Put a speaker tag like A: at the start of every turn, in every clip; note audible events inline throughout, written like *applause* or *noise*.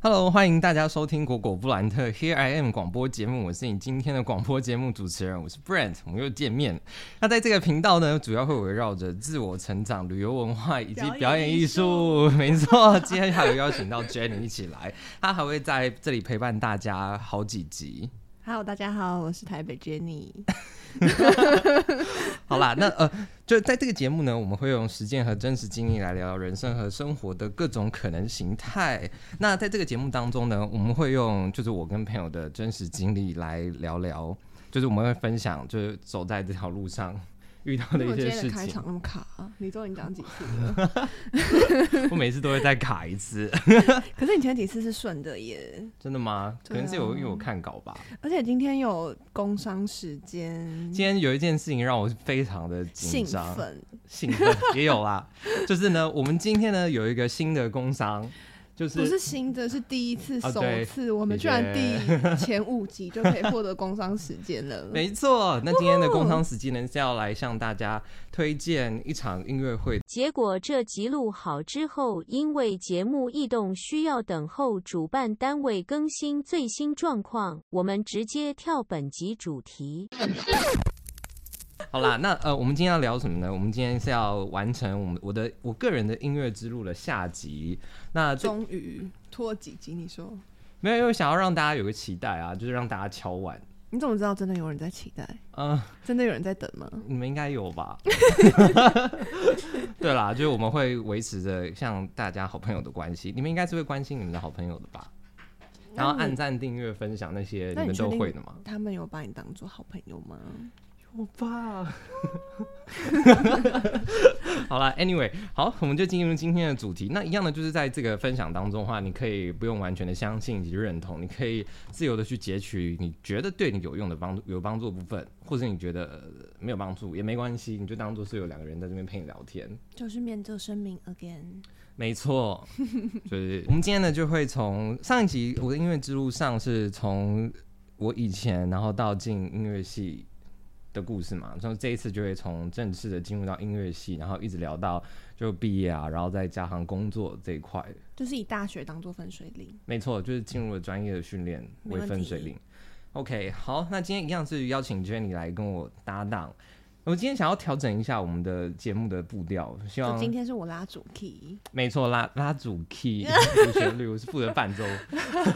A: Hello，欢迎大家收听果果布兰特 Here I Am 广播节目，我是你今天的广播节目主持人，我是 Brent，我们又见面了。那在这个频道呢，主要会围绕着自我成长、旅游文化以及表
B: 表
A: 演
B: 演
A: 艺
B: 艺
A: 术。没错，今天还有邀请到 Jenny 一起来，她还会在这里陪伴大家好几集。
B: Hello，大家好，我是台北 Jenny。
A: *laughs* 好啦，那呃，就在这个节目呢，我们会用实践和真实经历来聊聊人生和生活的各种可能形态。那在这个节目当中呢，我们会用就是我跟朋友的真实经历来聊聊，就是我们会分享就是走在这条路上遇到 *laughs* 的
B: 我
A: 一
B: 今
A: 些 *laughs*
B: 天
A: 事
B: 的开
A: 情
B: 场。那么卡、你都已经讲几次 *laughs* 了？
A: 我每次都会再卡一次，
B: 可是你前几次是顺的耶，
A: 真的吗？可
B: 对啊
A: 能是有因为我看稿吧。
B: 而且今天有工商时间，
A: 今天有一件事情让我非常的紧
B: 兴
A: 张，
B: 奋。
A: *laughs* 兴奋也有啦。就是呢，我们今天呢有一个新的工商，就是
B: 不是新的，是第一次、
A: 啊
B: 首
A: 对
B: 次，我们
A: 谢
B: 居然第前五集就可以获得工商时间了。
A: *laughs* 没错，那今天的工商时机呢是要来向大家推荐一场音乐
B: *laughs*
A: 会。
C: 结果这集录好之后，因为节目异动需要等候主办单位更新最新状况，我们直接跳本集主题。
A: 好啦，那呃，我们今天要聊什么呢？我们今天是要完成我们我的我个人的音乐之路的下集。那这
B: 终于拖几集？你说
A: 没有，因为想要让大家有个期待啊，就是让大家敲碗。
B: 你怎么知道真的有人在期待？
A: 嗯、
B: 真的有人在等吗？
A: 你们应该有
B: *laughs*
A: 吧？对啦，就是我们会维持着像大家好朋友的关系，你们应该是会关心你们的好朋友的吧？然后
B: 那你
A: 按赞、订阅、分享那些，
B: 那
A: 你
B: 你
A: 们
B: 确
A: 都
B: 定
A: 会的吗？
B: 他们有把你当做好朋友吗？
A: 我爸。 *laughs* 好啦 a n y w a y 好，我们就进入今天的主题。那一样的就是在这个分享当中的话，你可以不用完全的相信以及认同，你可以自由的去截取你觉得对你有用的帮助、有帮助的部分，或者你觉得呃没有帮助也没关系，你就当做是有两个人在这边陪你聊天。
B: 就是面对声明 again。
A: 没错，就是我们今天呢就会从上一集我的音乐之路上是从我以前然后到进音乐系的故事嘛，然后这一次就会从正式的进入到音乐系，然后一直聊到就毕业啊，然后再加上工作这一块。
B: 就是以大学当做分水岭。
A: 没错，就是进入了专业的训练
B: 没
A: 为
B: 问题
A: 分水岭。OK，好，那今天一样是邀请 Jenny 来跟我搭档。我今天想要调整一下我们的节目的步调，希望
B: 就今天是我拉主 key，
A: 没错，拉拉主 key 主旋律，我是负责伴奏。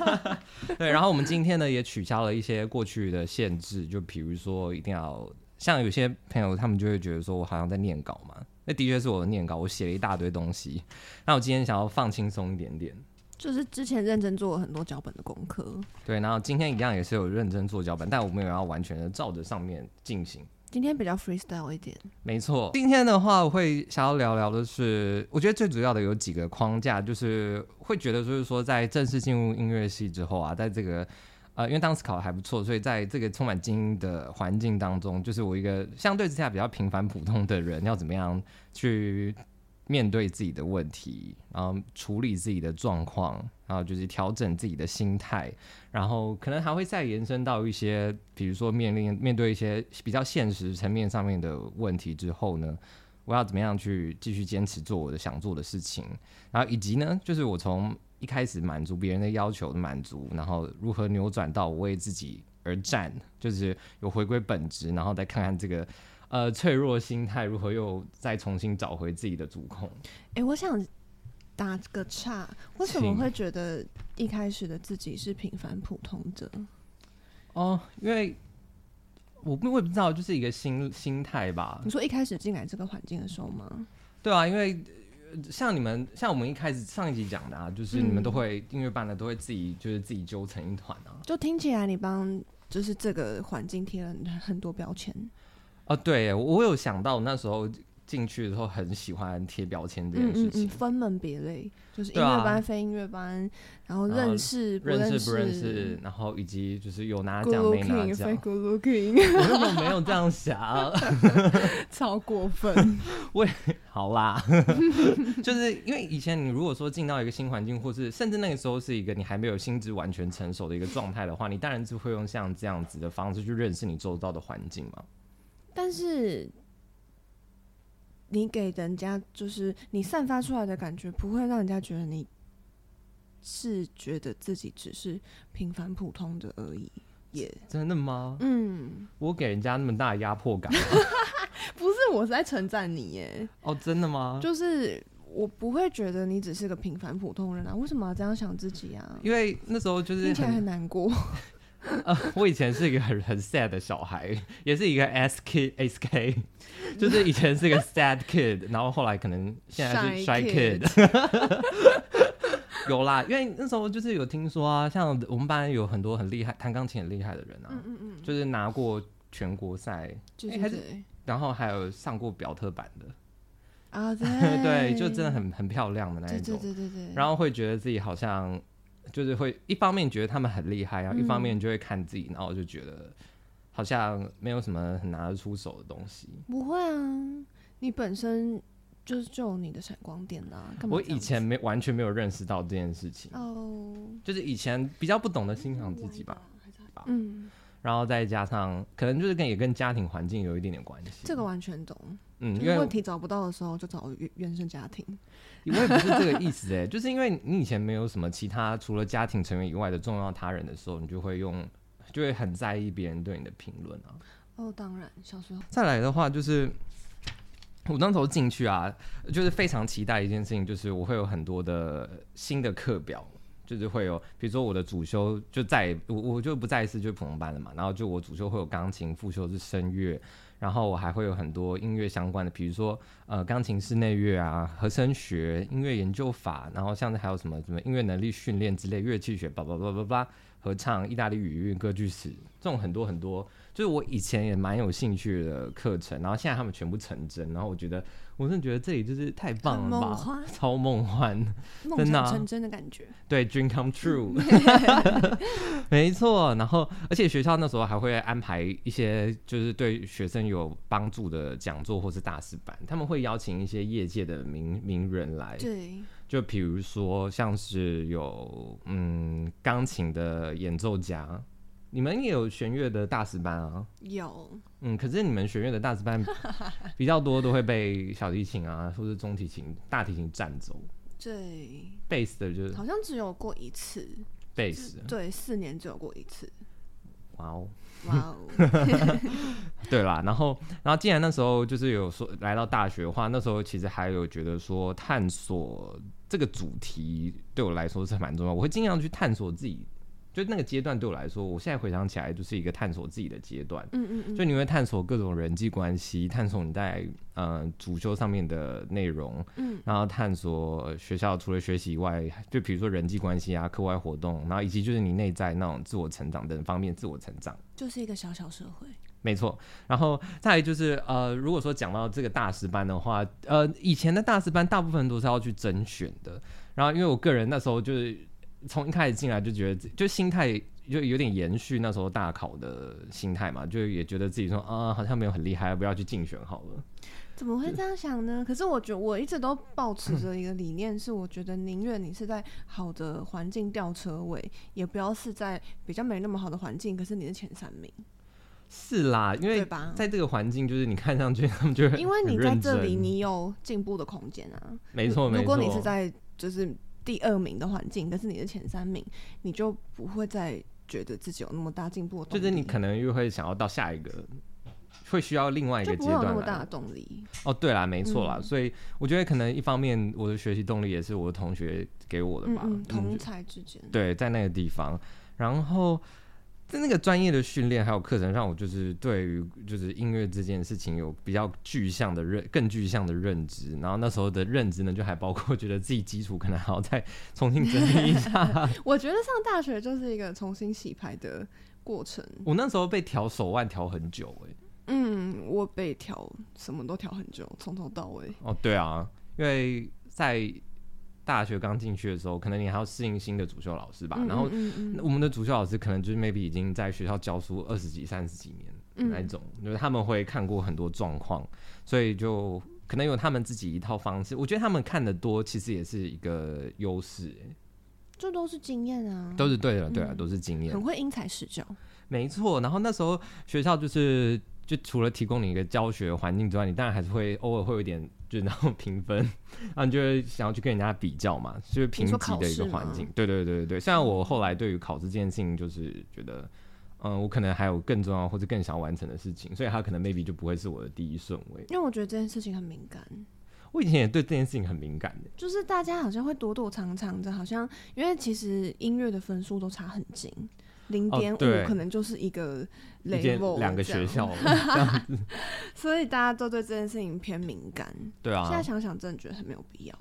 A: *laughs* 对，然后我们今天呢也取消了一些过去的限制，就比如说一定要像有些朋友他们就会觉得说我好像在念稿嘛，那的确是我的念稿，我写了一大堆东西。那我今天想要放轻松一点点，
B: 就是之前认真做了很多脚本的功课，
A: 对，然后今天一样也是有认真做脚本，但我没有要完全的照着上面进行。
B: 今天比较 freestyle 一点。
A: 没错，今天的话我会想要聊聊的是，我觉得最主要的有几个框架，就是会觉得就是说，在正式进入音乐系之后啊，在这个呃，因为当时考的还不错，所以在这个充满精英的环境当中，就是我一个相对之下比较平凡普通的人，要怎么样去面对自己的问题，然后处理自己的状况，然后就是调整自己的心态，然后可能还会再延伸到一些，比如说面临面对一些比较现实层面上面的问题之后呢，我要怎么样去继续坚持做我的想做的事情，然后以及呢，就是我从一开始满足别人的要求的满足，然后如何扭转到我为自己而战，就是有回归本质，然后再看看这个。呃，脆弱心态如何又再重新找回自己的主控？
B: 诶，我想打个岔，为什么
A: 请
B: 会觉得一开始的自己是平凡普通者？
A: 哦，因为我不我也不知道，就是一个心心态吧。
B: 你说一开始进来这个环境的时候吗？
A: 对啊，因为呃像你们，像我们一开始上一集讲的啊，就是你们
B: 嗯
A: 都会音乐班的都会自己就是自己揪成一团啊。
B: 就听起来你帮就是这个环境贴了很多标签，
A: 哦，对，我我有想到那时候进去的时候很喜欢贴标签这件
B: 嗯
A: 事
B: 嗯
A: 情，
B: 嗯，分门别类，就是音
A: 对啊
B: 乐班、非音乐班，然后
A: 然后
B: 认识不
A: 认
B: 认
A: 识不认识，然后以及就是有拿
B: Good
A: 奖没拿
B: looking,
A: 奖，
B: 非 good looking， *laughs*
A: 我根本没有这样想。
B: 超过分。
A: 好啦， *laughs* 就是因为以前你如果说进到一个新环境，或是甚至那个时候是一个你还没有心智完全成熟的一个状态的话，你当然是会用像这样子的方式去认识你周遭的环境嘛。
B: 但是你给人家就是你散发出来的感觉，不会让人家觉得你是觉得自己只是平凡普通的而已，也
A: 真的吗？
B: 嗯，
A: 我给人家那么大的压迫
B: *laughs*
A: 感吗
B: 不是我是在称赞你耶，
A: 哦，真的吗？
B: 就是我不会觉得你只是个平凡普通人啊，为什么要这样想自己啊？
A: 因为那时候就是
B: 听起来
A: 很
B: 很难过，
A: 呃， *laughs* 我以前是一个很很 sad 的小孩，也是一个 S K S K，就是以 *laughs* 前是个 sad kid，然后后来可能现在是 shy
B: Shy
A: kid。有 *laughs* 啦，因为那时候就是有听说啊，像我们班有很多很厉害弹钢琴很厉害的人啊，
B: 嗯嗯，
A: 就是拿过全国赛，
B: *laughs* 就
A: 哎还
B: 是
A: 是
B: 对
A: 然后还有上过表特版的， *laughs*
B: 啊，对
A: 对，就真的很很漂亮的那一
B: 对
A: 种
B: 对。对对对，
A: 然后会觉得自己好像就是会一方面觉得他们很厉
B: 嗯
A: 害，然后一方面就会看自己，然后就觉得好像没有什么很拿得出手的东西。
B: 不会啊，你本身就是就有你的闪光点啦、干嘛
A: 我
B: 这样
A: 以
B: 子？
A: 前没完全没有认识到这件事情，
B: 嗯哦，
A: 就是以前比较不懂得欣赏自己吧，
B: 嗯，
A: 然后再加上可能就是跟也跟家庭环境有一点点关系。
B: 这个完全懂。
A: 嗯，
B: 就
A: 因
B: 是
A: 为
B: 问题找不到的时候，就找原原生家庭。
A: 我也不是这个意思哎、 *laughs* 就是因为你以前没有什么其他除了家庭成员以外的重要他人的时候，你就会用就会很在意别人对你的评论啊。
B: 哦，当然，小时候
A: 再来的话就是。我那时候进去啊，就是非常期待一件事情，就是我会有很多的新的课表，就是会有，比如说我的主修就在我我就不再是就是普通班了嘛，然后就我主修会有钢琴，副修是声乐，然后我还会有很多音乐相关的，比如说呃钢琴室内乐啊、和声学、音乐研究法，然后像是还有什么什么音乐能力训练之类、乐器学，叭叭叭叭叭，合唱、意大利语韵、歌剧史这种很多很多，就是我以前也蛮有兴趣的课程，然后现在他们全部成真，然后我觉得我真的觉得这里就是太棒了
B: 很
A: 吧，
B: 梦幻
A: 超梦幻。
B: 梦
A: 真的
B: 想
A: 啊
B: 成真的感觉。
A: 对，dream come
B: *laughs*
A: true，没错。然后，而且学校那时候还会安排一些就是对学生有帮助的讲座或是大师班，他们会邀请一些业界的名名人来，
B: 对，
A: 就比如说像是有嗯钢琴的演奏家，你们也有弦乐的大师班啊，
B: 有
A: 嗯，可是你们弦乐的大师班 *laughs* 比较多都会被小提琴啊或是中提琴、大提琴占走，
B: 对，
A: 贝斯的就是
B: 好像只有过一次，
A: 贝斯，
B: 对，四年只有过
A: *laughs*
B: 一次。
A: 哇哦。
B: 哇哦，
A: 对啦，然后，然后，既然那时候就是有说来到大学的话，那时候其实还有觉得说探索这个主题对我来说是蛮重要，我会尽量去探索自己，就那个阶段对我来说，我现在回想起来就是一个探索自己的阶段，
B: 嗯嗯嗯，
A: 就你会探索各种人际关系，探索你在呃主修上面的内容，
B: 嗯，
A: 然后探索呃学校除了学习以外，就比如说人际关系啊、课外活动，然后以及就是你内在那种自我成长等方面自我成长。
B: 就是一个小小社会。
A: 没错，然后再来就是呃，如果说讲到这个大师班的话，呃，以前的大师班大部分都是要去甄选的。然后因为我个人那时候就是从一开始进来就觉得自，就心态就有点延续那时候大考的心态嘛，就也觉得自己说啊，好像没有很厉害，不要去竞选好了。
B: 怎么会这样想呢？可是我觉得我一直都保持着一个理念，是我觉得宁愿你是在好的环境吊车尾，也不要是在比较没那么好的环境，可是你是前三名，
A: 是啦，因
B: 对
A: 为
B: 吧？
A: 在这个环境，就是你看上去 *laughs* 他们就会
B: 因为
A: *laughs* 很
B: 你在
A: 认
B: 这里，
A: 真
B: 你有进步的空间啊。
A: 没错
B: 如
A: 没错。
B: 如果你是在就是第二名的环境，可是你是前三名，你就不会再觉得自己有那么大进步的动
A: 就
B: 力，
A: 是你可能又会想要到下一个，会需要另外一个
B: 就
A: 阶
B: 不会有
A: 段
B: 那
A: 来
B: 么大的动力。
A: 哦，对啦，没错啦，
B: 嗯
A: 所以我觉得可能一方面我的学习动力也是我的同学给我的
B: 嗯
A: 吧，
B: 嗯，同
A: 嗯
B: 才之间，
A: 对，在那个地方，然后在那个专业的训练还有课程上，我就是对于就是音乐这件事情有比较具象的认，更具象的认知，然后那时候的认知呢，就还包括觉得自己基础可能还要再重新整理一
B: *laughs*
A: 下，
B: 我觉得上大学就是一个重新洗牌的过程。
A: 我那时候被调手腕调很久、欸，
B: 嗯，我被调什么都调很久，从头到尾。
A: 哦，对啊，因为在大学刚进去的时候，可能你还要适应新的主修老师吧，
B: 嗯
A: 然后
B: 嗯嗯
A: 那我们的主修老师可能就是 maybe 已经在学校教书二十几、三十几年那一种，就是他们会看过很多状况，所以就可能有他们自己一套方式。我觉得他们看的多，其实也是一个优势、欸
B: 这都是经验啊，
A: 都是对的，对啊，都是经验
B: 很，会因材施教。
A: 没错。然后那时候学校就是。就除了提供你一个教学环境之外，你当然还是会偶尔会有一点就是那种 *laughs* 评分，啊，你就会想要去跟人家比较嘛，就是评
B: 说
A: 级
B: 考
A: 的一个
B: 试
A: 环
B: 吗
A: 境。对对对对对。虽然我后来对于考试这件事情，就是觉得，嗯，我可能还有更重要或者更想完成的事情，所以它可能 maybe 就不会是我的第一顺位。
B: 因为我觉得这件事情很敏感，
A: 我以前也对这件事情很敏感的，
B: 就是大家好像会躲躲藏藏着，好像因为其实音乐的分数都差很近，零
A: 哦
B: 点五
A: 对
B: 可能就是一个
A: 一间
B: level
A: 两个
B: 这样
A: 学，校，
B: *laughs* 所以大家都对这件事情偏敏感。
A: 对
B: 现在
A: 啊，
B: 想想，真的觉得很没有必要，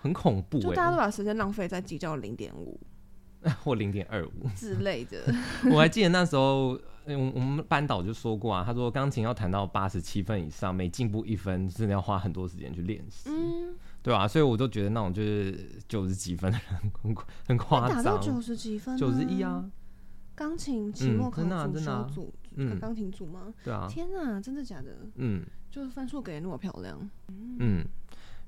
A: 很恐怖
B: 就大家
A: 哎、
B: 都把时间浪费在计较零点五
A: *laughs* 或零点二五。
B: 之类
A: *laughs*
B: 的。 *laughs*
A: 我还记得那时候，嗯我我们班导就说过啊，他说钢琴要弹到八十七分以上，每进步一分，真的要花很多时间去练习，
B: 嗯，
A: 对啊，所以我都觉得那种就是九十几分的人很夸很夸
B: 打到九
A: 张，
B: 十几分，
A: 九十一，啊，
B: 钢琴期末
A: 嗯
B: 考
A: 真的啊
B: 主
A: 真的
B: 修
A: 啊
B: 组，
A: 嗯
B: 钢琴组吗？
A: 对啊，
B: 天哪，真的假的？
A: 嗯
B: 就是分数给的那么漂亮，
A: 嗯。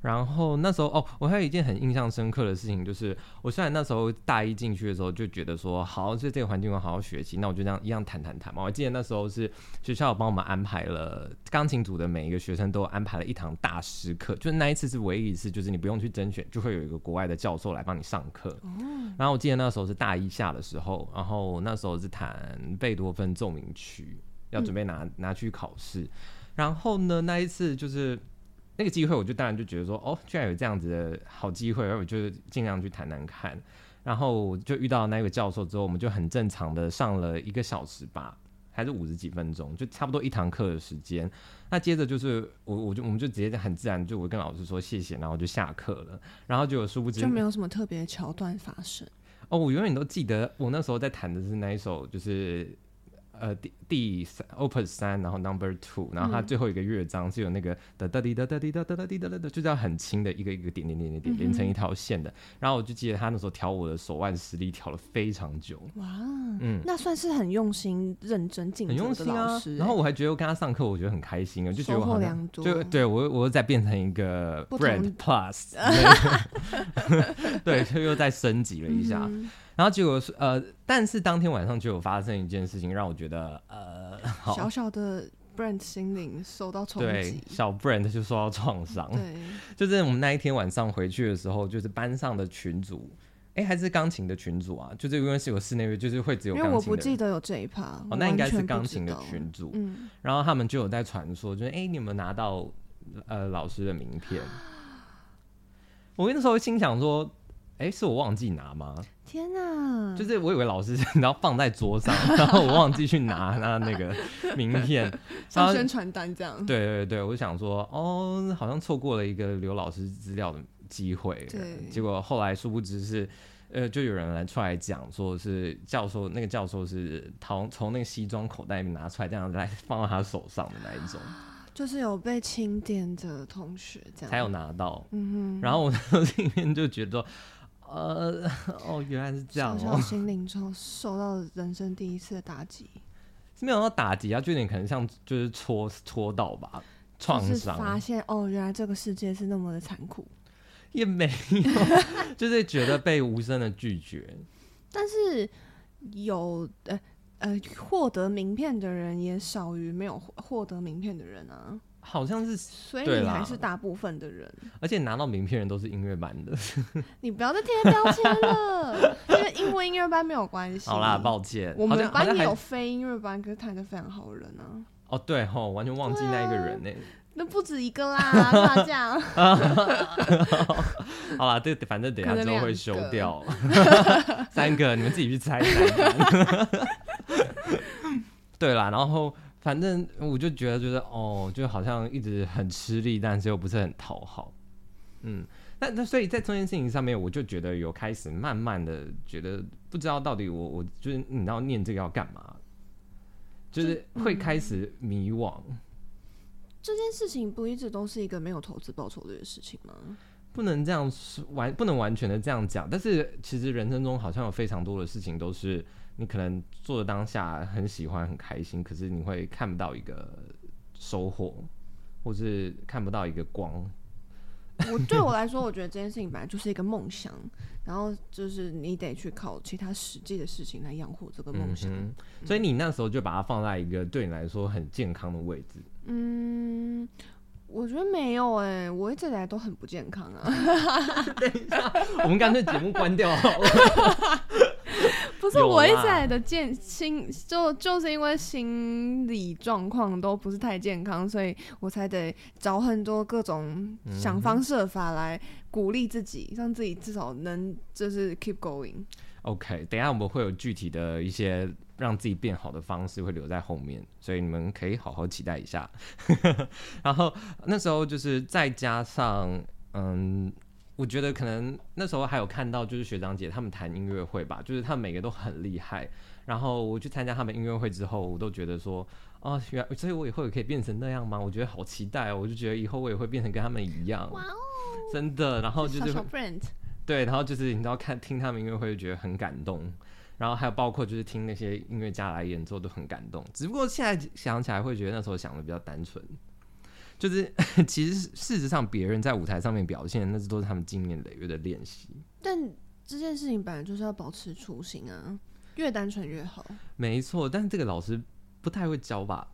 A: 然后那时候哦，我还有一件很印象深刻的事情，就是我虽然那时候大一进去的时候就觉得说，好，在这个环境我好好学习，那我就这样一样弹弹弹嘛。我还记得那时候是学校有帮我们安排了钢琴组的每一个学生都安排了一堂大师课，就是那一次是唯一一次，就是你不用去甄选，就会有一个国外的教授来帮你上课。
B: 嗯
A: 然后我记得那时候是大一下的时候，然后那时候是弹贝多芬奏鸣曲，要准备
B: 嗯
A: 拿、拿去考试。然后呢，那一次就是那个机会，我就当然就觉得说，哦，居然有这样子的好机会，然后我就尽量去谈谈看。然后我就遇到那个教授之后，我们就很正常的上了一个小时吧，还是五十几分钟，就差不多一堂课的时间。那接着就是我，我就我们就直接很自然，就我跟老师说谢谢，然后就下课了。然后结果殊不知
B: 就没有什么特别的桥段发生。
A: 哦，我永远都记得我那时候在弹的是那一首，就是呃第第三 Opus 三，然后 Number Two，然后
B: 嗯
A: 它最后一个乐章是有那个哒哒滴哒哒滴哒哒哒滴哒哒哒，就这样很轻的一个一个点点点点点连成一
B: 嗯
A: 条线的。然后我就记得他那时候调我的手腕实力调了非常久，
B: 哇，
A: 嗯
B: 那算是很用心、认真、尽
A: 很用
B: 责的
A: 心啊
B: 老师欸、。
A: 然后我还觉得我跟他上课，我觉得很开心啊，就觉得我
B: 收获
A: 好像
B: 良多
A: 就对我我又再变成一个
B: 不同
A: Brand
B: *laughs*
A: Plus，之类的 *laughs* 对，就又再升级了一下。
B: 嗯
A: 然后结果是呃，但是当天晚上就有发生一件事情，让我觉得呃，好
B: 小小的 brand 心灵受到冲
A: 对
B: 击，
A: 小 Brand 就受到创伤。
B: 对，
A: 就是我们那一天晚上回去的时候，就是班上的群组，哎、还是钢琴的群组啊，就是因为是有室内乐，就是会只有
B: 因
A: 钢
B: 为
A: 琴的人。
B: 我不记得有这一趴，
A: 哦
B: 我，
A: 那应
B: 完
A: 该是
B: 全不
A: 钢
B: 知
A: 琴的
B: 道
A: 群组，
B: 嗯，
A: 然后他们就有在传说，就是哎、诶你们拿到呃老师的名片。我那时候心想说，哎、是我忘记拿吗？
B: 天哪，
A: 就是我以为老师 *laughs* 然后放在桌上，然后我忘记去拿他那个名片，然
B: 像
A: 后
B: 宣传单这样，
A: 对对对，我就想说，哦，好像错过了一个刘老师资料的机会
B: 对，
A: 结果后来殊不知是。呃，就有人来出来讲，说是教授那个教授是从从那个西装口袋里面拿出来，这样来放到他手上的那一种，
B: 就是有被钦点的同学这样，
A: 才有拿到。
B: 嗯哼，
A: 然后我 *laughs* 那时候里面就觉得说，呃，哦，原来是这样
B: 小
A: 哦
B: 小，心灵受受到人生第一次的打击，
A: 没有到打击啊，就有点可能像就是戳戳到吧，创
B: 就是
A: 伤啊
B: 发现哦，原来这个世界是那么的残酷。
A: 也没有， *laughs* 就是觉得被无声的拒绝。
B: 但是有呃呃获得名片的人也少于没有获获得名片的人啊，
A: 好像是，
B: 所以
A: 对
B: 你
A: 啦
B: 还是大部分的人。
A: 而且拿到名片人都是音乐班的。 *laughs*
B: 你不要再贴标签了，因为英文音乐班没有关系。
A: 好啦，抱歉，
B: 我
A: 好像
B: 们
A: 好像
B: 班
A: 还
B: 也有非音乐班，可是弹的非常好的人啊，
A: 哦，对吼，完全忘记那一个人呢、
B: 那不止一个啦，大将。 *laughs*
A: *laughs* 好啦，这反正等一下
B: 可能
A: 之后会
B: 两
A: 修
B: 个
A: 掉， *laughs* 三个你们自己去猜猜看。 *laughs* 对啦，然后反正我就觉得，觉得哦，就好像一直很吃力，但是又不是很讨好。嗯，那那所以在这件事情上面，我就觉得有开始慢慢的觉得不知道到底我我就是你知道念这个要干嘛，就是
B: 嗯
A: 会开始迷惘。
B: 这件事情不一直都是一个没有投资报酬率的事情吗？
A: 不能这样说完，不能完全的这样讲。但是其实人生中好像有非常多的事情都是你可能做的当下很喜欢很开心，可是你会看不到一个收获，或是看不到一个光。
B: 我对 *laughs* 我来说，我觉得这件事情本来就是一个梦想，然后就是你得去靠其他实际的事情来养活这个梦
A: 嗯
B: 想。
A: 哼，所以你那时候就把它放在一个对你来说很健康的位置。
B: 嗯，我觉得没有哎、我一直以来都很不健康啊。
A: 我们干脆节目关掉好了。
B: *laughs* 不是
A: 有
B: 我一
A: 啦
B: 直以来的健心，就就是因为心理状况都不是太健康，所以我才得找很多各种嗯想方设法来鼓励自己，让自己至少能就是 keep going。
A: OK，等一下我们会有具体的一些让自己变好的方式会留在后面，所以你们可以好好期待一下。 *laughs* 然后那时候就是再加上，嗯，我觉得可能那时候还有看到就是学长姐他们谈音乐会吧，就是他们每个都很厉害。然后我去参加他们音乐会之后，我都觉得说，哦，原来，所以我以后也可以变成那样吗？我觉得好期待哦，我就觉得以后我也会变成跟他们一样，
B: 哇哦，
A: 真的。然后就
B: 小
A: 是
B: 小 friend，
A: 对，然后就是你知道看听他们音乐会就觉得很感动，然后还有包括就是听那些音乐家来演奏都很感动。只不过现在想起来会觉得那时候想的比较单纯，就是 *laughs* 其实事实上别人在舞台上面表现，那是都是他们经年累月的练习。
B: 但这件事情本来就是要保持初心啊，越单纯越好。
A: 没错，但是这个老师不太会教吧？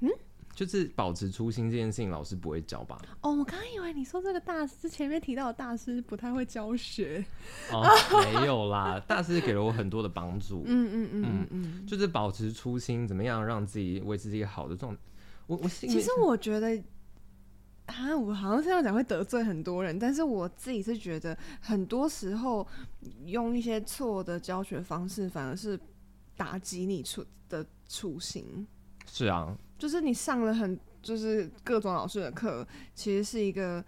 B: 嗯，
A: 就是保持初心这件事情，老师不会教吧？
B: 哦，我刚刚以为你说这个大师前面提到的大师不太会教学。
A: 哦，没有啦，大师给了我很多的帮助。
B: 嗯嗯嗯嗯嗯。
A: 就是保持初心，怎么样让自己维持一个好的状我我心里
B: 其实我觉得，啊，我好像是要讲会得罪很多人，但是我自己是觉得，很多时候用一些错的教学方式，反而是打击你初的初心。
A: 是啊，
B: 就是你上了很就是各种老师的课，其实是一个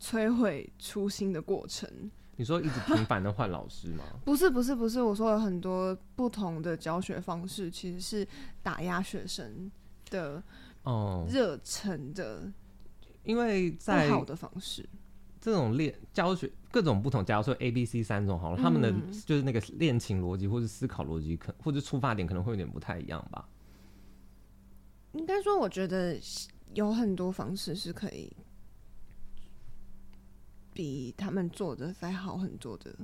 B: 摧毁初心的过程。
A: 你说一直频繁的换老师吗？
B: 不是不是不是，我说有很多不同的教学方式，其实是打压学生的
A: *laughs* 哦，
B: 热忱的
A: 因为
B: 不
A: 在
B: 好的方式。
A: 这种练教学各种不同，假如说 A、B、C 三种好了，他们的
B: 嗯
A: 就是那个练情逻辑或者思考逻辑，可或者出发点可能会有点不太一样吧。
B: 应该说，我觉得有很多方式是可以比他们做的再好很多的。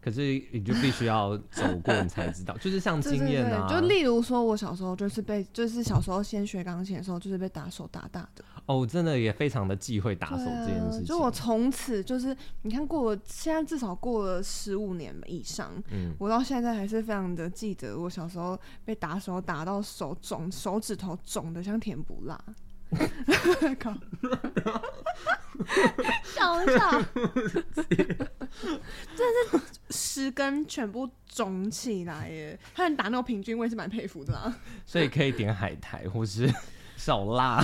A: 可是你就必须要走过，你才知
B: *laughs*
A: 道，就是像
B: 对
A: 经
B: 对
A: 验
B: 对，
A: 啊，
B: 就例如说，我小时候就是被，就是小时候先学钢琴的时候，就是被打手打大的。
A: 哦，我真的也非常的忌讳打手
B: 对啊
A: 这件事情。
B: 就我从此就是，你看过了，现在至少过了十五年以上，
A: 嗯
B: 我到现在还是非常的记得我小时候被打手打到手肿，手指头肿的像甜不辣。靠！笑一笑，这是十根全部肿起来耶！他能打那种平均，我也是蛮佩服的啦。
A: *laughs* 所以可以点海苔或是 *laughs* 少辣。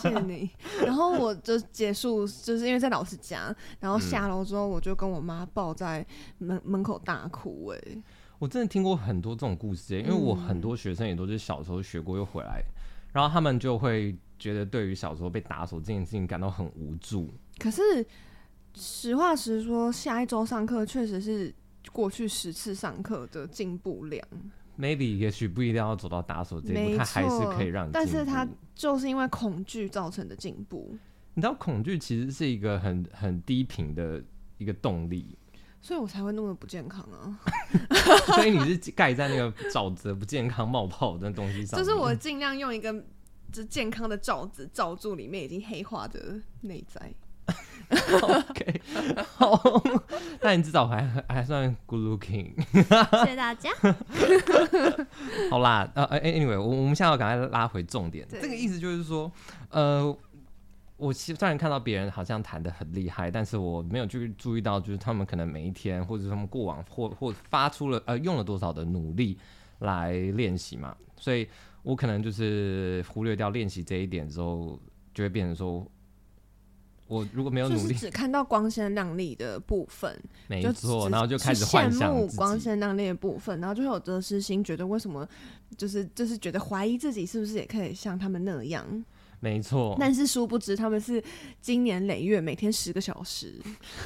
B: 谢谢你。然后我就结束，就是因为在老师家，然后
A: 嗯
B: 下楼之后我就跟我妈抱在门门口大哭、哎，
A: 我真的听过很多这种故事欸，因
B: 嗯
A: 为我很多学生也都是小时候学过又回来，然后他们就会觉得对于小时候被打手这件事情感到很无助。
B: 可是实话实说，下一周上课确实是过去十次上课的进步量，
A: maybe 也许不一定要走到打手这一
B: 没
A: 步，
B: 错
A: 它还是可以让你进步。
B: 但是它就是因为恐惧造成的进步。
A: 你知道恐惧其实是一个很很低频的一个动
B: *laughs*
A: 力，
B: 所以我才会那么不健康啊！
A: 所以你是盖在那个沼泽不健康冒泡的东西上面。
B: 就是我尽量用一个就健康的罩子罩住里面已经黑化的内在。
A: OK，好， *laughs* 但你至少还还算 good looking。
C: 谢谢大家。
A: 好啦，呃呃，anyway，我我们现在要赶快拉回重点。
B: 对
A: 这个意思就是说，呃，我其实虽然看到别人好像弹的很厉害，但是我没有去注意到，就是他们可能每一天，或者是他们过往或或发出了呃用了多少的努力来练习嘛，所以我可能就是忽略掉练习这一点之后，就会变成说。我如果没有
B: 就
A: 努
B: 是
A: 力，
B: 只看到光鲜亮丽的部分，
A: 没
B: 就
A: 错，
B: 只
A: 然后就
B: 只
A: 开始幻
B: 羡
A: 想
B: 慕
A: 自
B: 光
A: 己。
B: 鲜亮丽的部分，然后就会有得失心，觉得为什么就是就是觉得怀疑自己是不是也可以像他们那样，
A: 没错， *laughs*
B: 但是殊不知他们是经年累月每天十个小时，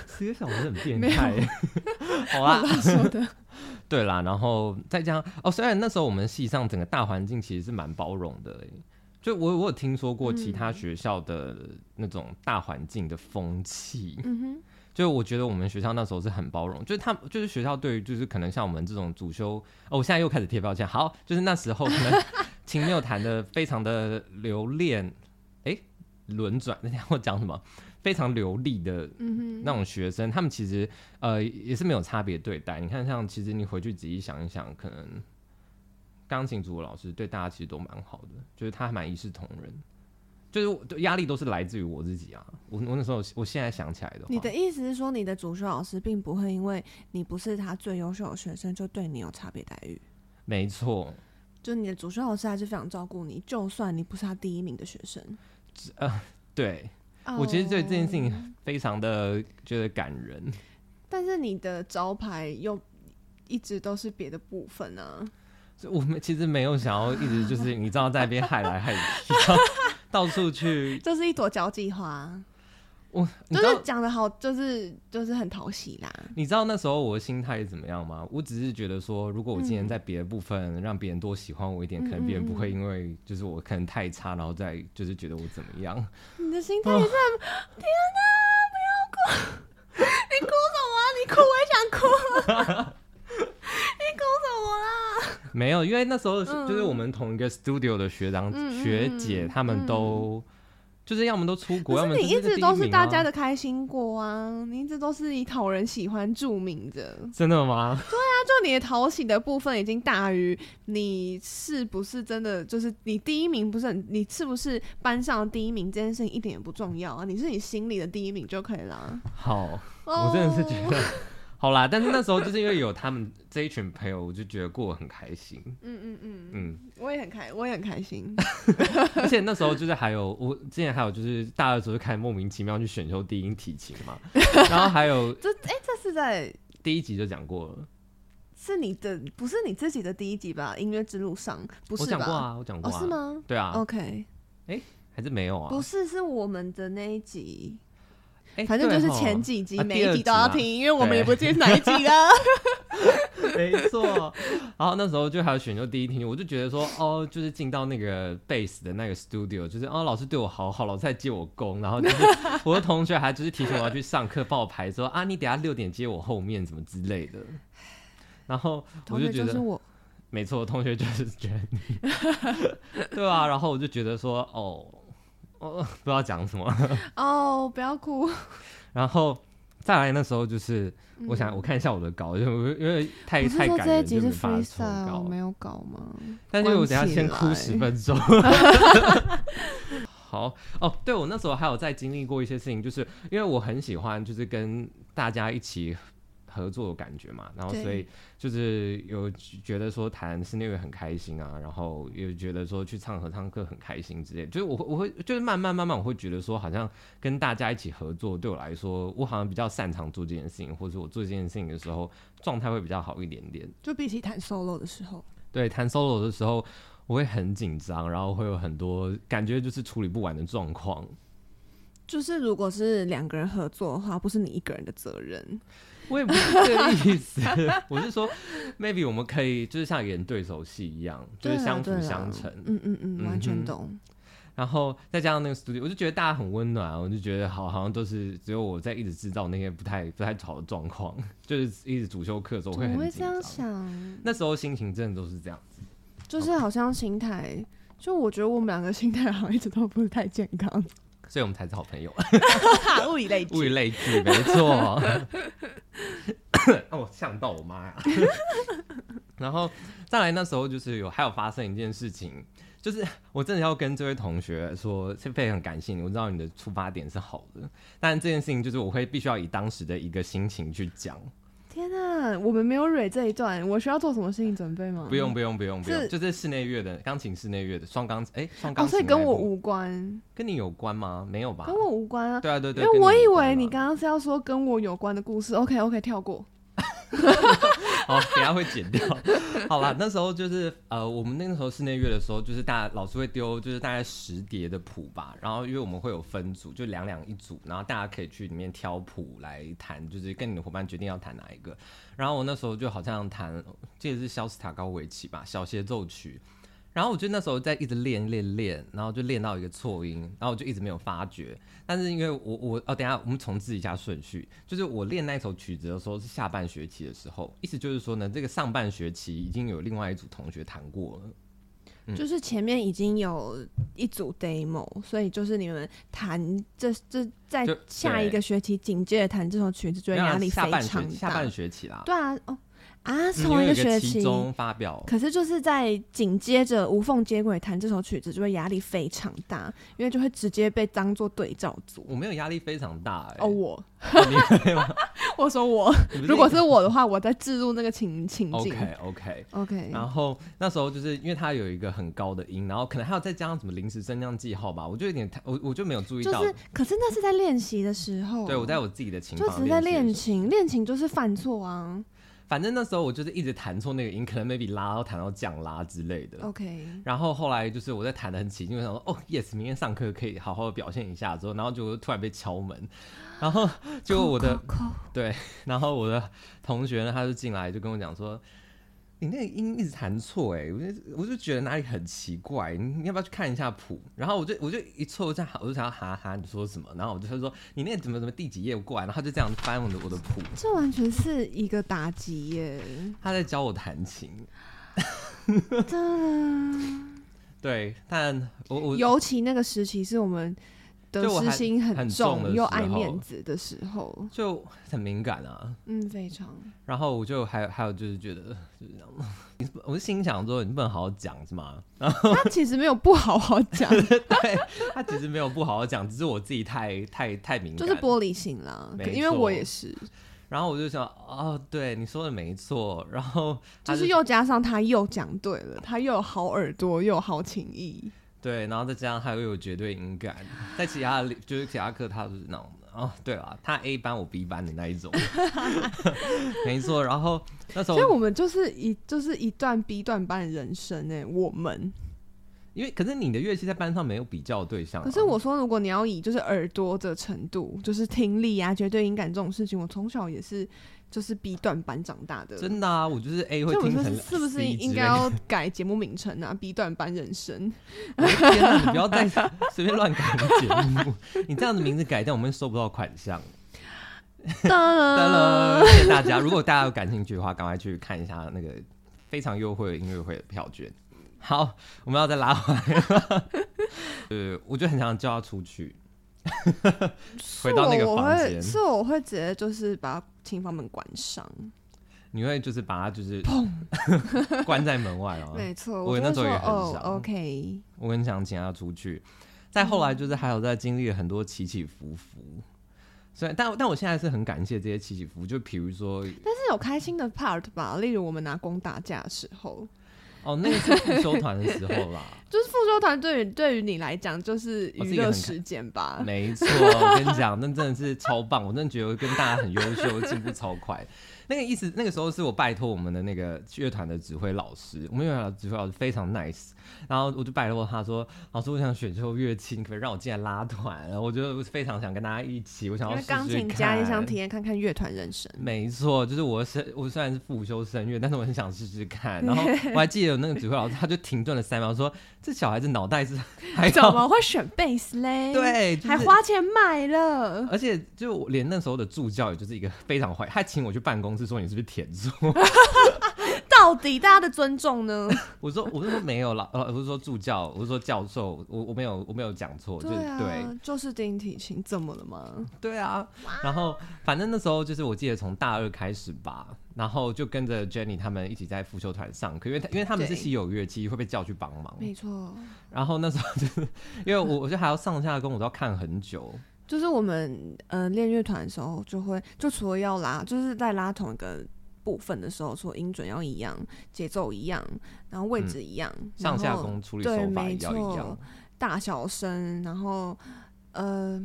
A: 十个小时很变
B: 没有
A: 态。 *laughs* 好
B: *laughs*
A: 啦，
B: 我爸说的，
A: 对啦，然后再加上哦，虽然那时候我们系上整个大环境其实是蛮包容的欸、就我我有听说过其他
B: 嗯
A: 学校的那种大环境的风气，
B: 嗯哼，
A: 就我觉得我们学校那时候是很包容，就是他们就是学校对于就是可能像我们这种主修，哦，我现在又开始贴标签，好，就是那时候可能秦没有谈的非常的留恋，诶，轮转， *laughs* 那天我讲什么？非常流利的
B: 嗯哼，
A: 那种学生，他们其实呃也是没有差别对待。你看，像其实你回去仔细想一想，可能钢琴组的老师对大家其实都蛮好的，就是他还蛮一视同仁，就是我对压力都是来自于我自己啊。我我那时候我现在想起来的话，
B: 你的意思是说，你的主修老师并不会因为你不是他最优秀的学生就对你有差别待遇，
A: 没错，
B: 就你的主修老师还是非常照顾你，就算你不是他第一名的学生。
A: 呃对我其实对这件事情
B: 哦
A: 非常的觉得感人。
B: 但是你的招牌又一直都是别的部分啊，
A: 所以我们其实没有想要一直就是你知道在那边害来害去，然后到处去
B: 这是一朵交际花，
A: 我你
B: 就
A: 知道
B: 是讲的好，就是就是很讨喜啦。
A: 你知道那时候我的心态是怎么样吗？我只是觉得说，如果我今天
B: 嗯
A: 在别的部分让别人多喜欢我一点，可能别人不会因为就是我可能太差，然后再就是觉得我怎么样。
B: 你的心态也是很，天哪、不要哭！你哭什么啊？ *laughs* 你哭我也想哭啊！你哭什么 *laughs* 啦？
A: 没有，因为那时候就是我们同一个 studio 的学长、
B: 嗯嗯嗯嗯
A: 学姐，他们都、就是要么都出国，要
B: 可
A: 么
B: 是你
A: 就
B: 一哦
A: 第
B: 直都
A: 名
B: 是
A: 啊
B: 大家的开心果啊，你一直都是以讨人喜欢著名的。
A: 真的吗？
B: 就你的讨喜的部分已经大于你是不是真的，就是你第一名不是很，你是不是班上的第一名这件事情一点也不重要啊，你是你心里的第一名就可以啦。 *laughs*
A: 好，我真的是觉
B: 哦
A: 得。好啦，但是那时候就是因为有他们这一群朋友，我就觉得过得很开心。
B: 嗯嗯嗯嗯，
A: 嗯，
B: 我也很开，我也很开心。
A: *laughs* 而且那时候就是还有我之前还有就是大二的时候就开始莫名其妙去选修低音提琴
B: *laughs*
A: 嘛，然后还有
B: 这哎、这是在
A: 第一集就讲过了，
B: 是你的，不是你自己的第一集吧？音乐之路上不
A: 我
B: 是
A: 讲
B: 吧？
A: 过啊，我讲过
B: 哦，
A: 啊，
B: 是？吗、
A: 对啊，
B: o k
A: 还是没有啊？
B: 不是，是我们的那一集，
A: 哎
B: 反正就是
A: 对吼
B: 前几集，
A: 啊
B: 每
A: 第
B: 一
A: 二
B: 集都要
A: 啊
B: 听，因为我们也
A: 对
B: 不记得哪一集了。
A: 没错。然后那时候就还有选修第一题，我就觉得说，哦，就是进到那个 bass 的那个 studio，就是哦，老师对我好好，老师在接我工，然后就是 *laughs* 我的同学还就是提醒我要去上课，帮我排说啊，你等下六点接我后面，怎么之类的。然后我
B: 同
A: 就
B: 学
A: 觉
B: 就
A: 得
B: 是我，
A: 没错，同学就是 *laughs* 觉得你，对啊，然后我就觉得说，哦，哦，不知道讲什么，
B: 哦，不要哭。
A: 然后再来那时候就是，我想
B: 嗯
A: 我看一下我的稿，就因为太
B: 不是
A: 太
B: 说
A: 感
B: 这一
A: 人，
B: 集
A: 就没
B: 是
A: 办法抽
B: freestyle
A: 稿
B: 没，有搞吗？
A: 但是因为我等一下先哭
B: 关
A: 十
B: 起来
A: 分钟。好哦，对我那时候还有在经历过一些事情，就是因为我很喜欢就是跟大家一起合作的感觉嘛，然后
B: 对
A: 所以就是有觉得说弹室内乐很开心啊，然后又觉得说去唱合唱课很开心之类的，就是我会我会就是慢慢慢慢我会觉得说好像跟大家一起合作对我来说，我好像比较擅长做这件事情，或者我做这件事情的时候状态会比较好一点点。
B: 就比起弹 solo 的时候，
A: 对，弹 solo 的时候我会很紧张，然后会有很多感觉就是处理不完的状况。
B: 就是如果是两个人合作的话，不是你一个人的责任。
A: 我也不是这个意思， *laughs* 我是说，maybe 我们可以就是像演对手戏一样，就是
B: 对啦啊
A: 相辅
B: 对啦
A: 相成。
B: 嗯嗯嗯，完
A: 嗯
B: 全
A: 哼
B: 懂。
A: 然后再加上那个 studio，我就觉得大家很温暖，啊我就觉得好好像都是只有我在一直制造那些不太不太好的状况， *laughs* 就是一直主修课的时候
B: 怎
A: 会
B: 么
A: 很
B: 会
A: 紧
B: 这样
A: 张。
B: 想？
A: 那时候心情真的都是这样，
B: 就是好像心态，就我觉得我们两个心态好像一直都不是太健康。
A: 所以我们才是好朋友，
B: *laughs* 物以类聚
A: 物以类聚，没错。 *coughs* 哦，呛到我妈呀！ *laughs* 然后再来那时候就是有还有发生一件事情，就是我真的要跟这位同学说，是非常感谢你，我知道你的出发点是好的，但这件事情就是我会必须要以当时的一个心情去讲，
B: 天哪、我们没有蕊这一段，我需要做什么心理准备吗？
A: 不用。不用不用不用，
B: 是
A: 就是室内乐的钢琴室内乐的双钢哎双
B: 哦，
A: 钢琴
B: 所
A: 那
B: 以
A: 一部、
B: 跟我无关，
A: 跟你有关吗？没有吧
B: 跟？我无关啊。
A: 对啊对
B: 因
A: 对，
B: 为
A: 跟
B: 我以
A: 有关
B: 为你
A: 吧
B: 刚刚是要说跟我有关的故事，OK OK，跳过。
A: 好，等一下会剪掉。好啦，那时候就是呃，我们那个时候室内乐的时候，就是大老师会丢，就是大概十叠的谱吧。然后因为我们会有分组，就两两一组，然后大家可以去里面挑谱来弹，就是跟你的伙伴决定要弹哪一个。然后我那时候就好像弹，这也是肖斯塔高维奇吧，小协奏曲。然后我就那时候在一直练练练，然后就练到一个错音，然后我就一直没有发觉。但是因为我我哦，等一下我们重置一下顺序，就是我练那首曲子的时候是下半学期的时候，意思就是说呢，这个上半学期已经有另外一组同学弹过了。嗯
B: 就是前面已经有一组 demo，所以就是你们弹这这在
A: 就
B: 下一
A: 对
B: 个学期紧接着弹这首曲子，觉得
A: 没有啊
B: 压力非
A: 下半学
B: 常
A: 下
B: 大
A: 半。学期啦，
B: 对啊，哦啊，
A: 嗯，
B: 是
A: 因
B: 同
A: 为
B: 一
A: 有
B: 学期
A: 期，中发表，
B: 可是就是在紧接着无缝接轨弹这首曲子，就会压力非常大，因为就会直接被当做对照组。
A: 我没有压力非常大、欸。
B: 哦，我
A: 嗯你没有吗
B: *laughs* 我说我，
A: 你不
B: 如果是我的话，我在置入那个情情境。
A: OK OK，
B: OK，
A: 然后那时候就是因为它有一个很高的音，然后可能还有再加上什么临时升降记号吧，我就有点太我我就没有注意
B: 就
A: 到。
B: 是，可是那是在练习的时候。
A: 对我在我自己的琴
B: 就只
A: 房
B: 是在
A: 练
B: 练
A: 习的时
B: 琴，练琴就是犯错啊。
A: 候，反正那时候我就是一直弹错那个音，可能 maybe 拉到弹到降拉之类的。
B: OK，
A: *laughs* 然后后来就是我在弹的很起劲，我想说哦，yes，明天上课可以好好的表现一下。之后，然后就突然被敲门，然后 *laughs* 就我的
B: 扣扣扣
A: 对，然后我的同学呢，他就进来就跟我讲说：“你那个音一直弹错，哎，我就我就觉得哪里很奇怪，你你要不要去看一下谱？”然后我就我就一错这样，我就想要哈哈，你说什么？然后我就他说：“你那个怎么怎么第几页过来？”然后他就这样翻我的我的谱，
B: 这完全是一个打击
A: *laughs*
B: 耶！
A: 他在教我弹琴。
B: 真
A: 对，但我我
B: 的，尤其那个时期是我们得
A: 就我
B: 失
A: 还
B: 心
A: 很重的
B: 重
A: 时
B: 又爱
A: 候
B: 面子的时候，
A: 就很敏感啊。
B: 嗯，非常。
A: *laughs* 然后我就还还有就是觉得就是这样， *laughs* 你我就心想说：“你不能好好讲是吗？”
B: 他其实没有不好好讲，
A: 对他其实没有不好好讲，只是我自己太太太敏
B: 就
A: 感，
B: 是玻璃心啦。
A: 没
B: 可因为
A: 错
B: 我也是，
A: 然后我就想，哦，对，你说的没错。然后他
B: 就是又加上他又讲对了，他又有好耳朵，又有好情谊。
A: 对，然后再加上他又有绝对音感，在其他里就是其他课他就是那种哦，对了，他 A 班我 B 班的那一种， *laughs* 没错。然后那时候
B: 所以我们就是一就是一段 B 段班的人生哎、我们。
A: 因为可是你的乐器在班上没有比较对象啊、
B: 可是我说，如果你要以就是耳朵的程度，就是听力啊、绝对音感这种事情，我从小也是就是 B 段班长大的。
A: 真的啊，我就是 A 会
B: 所以我
A: 听
B: 说
A: 成
B: 是不是
A: C
B: 应
A: 之类
B: 该
A: 的
B: 要改节目名称啊？B 段班人生，
A: 天哪，你不要再随便乱改你的节目，你这样的名字改掉，我们会收不到款项。
B: 噔
A: 噔
B: 噔 *laughs*
A: 了，谢谢大家。如果大家有感兴趣的话，赶快去看一下那个非常优惠的音乐会的票券。好，我们要再拉回来 *laughs* 了。呃，我就很想叫他出去，回到那
B: 是
A: 个
B: 我我
A: 房间
B: 会，是我会直接就是把琴房门关上。
A: 你会就是把他就是 *laughs* 关在门外哦。
B: 没错，
A: 我
B: 就
A: 那时
B: 会说
A: 候也很
B: 哦
A: 想
B: ，OK，
A: 我很想请他出去。再
B: 嗯
A: 后来就是还有在经历了很多起起伏伏，虽然但但我现在是很感谢这些起起伏，就比如说
B: 但是有开心的 part 吧，例如我们拿弓打架的时候，
A: 哦，那个是复修团的时
B: *laughs*
A: 候啦。
B: 就是复修团对于对于你来讲就是
A: 哦是
B: 娱
A: 一个
B: 乐
A: 很
B: 时间吧。
A: 没错，我跟你讲，那真的是超棒，我真的觉得我跟大家很优秀，进步超快。那个意思，那个时候是我拜托我们的那个乐团的指挥老师，我们乐团的指挥老师非常 nice，然后我就拜托他说，老师我想选修乐器，你可不可以让我进来拉团？然后我就非常想跟大家一起，我想
B: 因
A: 要
B: 为
A: 试试
B: 钢琴家也想
A: 看
B: 体验看看乐团
A: *laughs*
B: 人生。
A: 没错，就是我是我虽然是辅修声乐，但是我很想试试看。
B: *laughs*
A: 然后我还记得有那个指挥老师，他就停顿了三秒，说：“这小孩子脑袋
B: *laughs*
A: 是还
B: 怎
A: 要 *laughs*
B: 么会选贝斯嘞？，
A: 对，就是
B: 还花钱买了。
A: 而且就我连那时候的助教，也就是一个非常坏，他请我去办公室说你是不是填错？ *laughs*
B: 到底大家的尊重呢？
A: 我说我是说没有啦，呃，我是说助教，我是说教授，我我没有 *laughs* 我没有讲错，就是对
B: 啊，就是丁体琴，怎么了吗？
A: 对啊。然后反正那时候就是我记得从大二开始吧，然后就跟着 Jenny 他们一起在复修团上课，因为他因为他们是
B: 对
A: 稀有乐器，会被叫去帮忙。
B: 没错，
A: 然后那时候就是因为我我就还要上下跟我都要看很久，
B: 就是我们呃练乐团的时候，就会就除了要拉，就是在拉同一个部分的时候，说音准要一样，节奏一样，然后位
A: 嗯
B: 置一样，
A: 上
B: 然后
A: 下弓处理
B: 对
A: 手法
B: 没
A: 也要一样
B: 错。大小声，然后呃，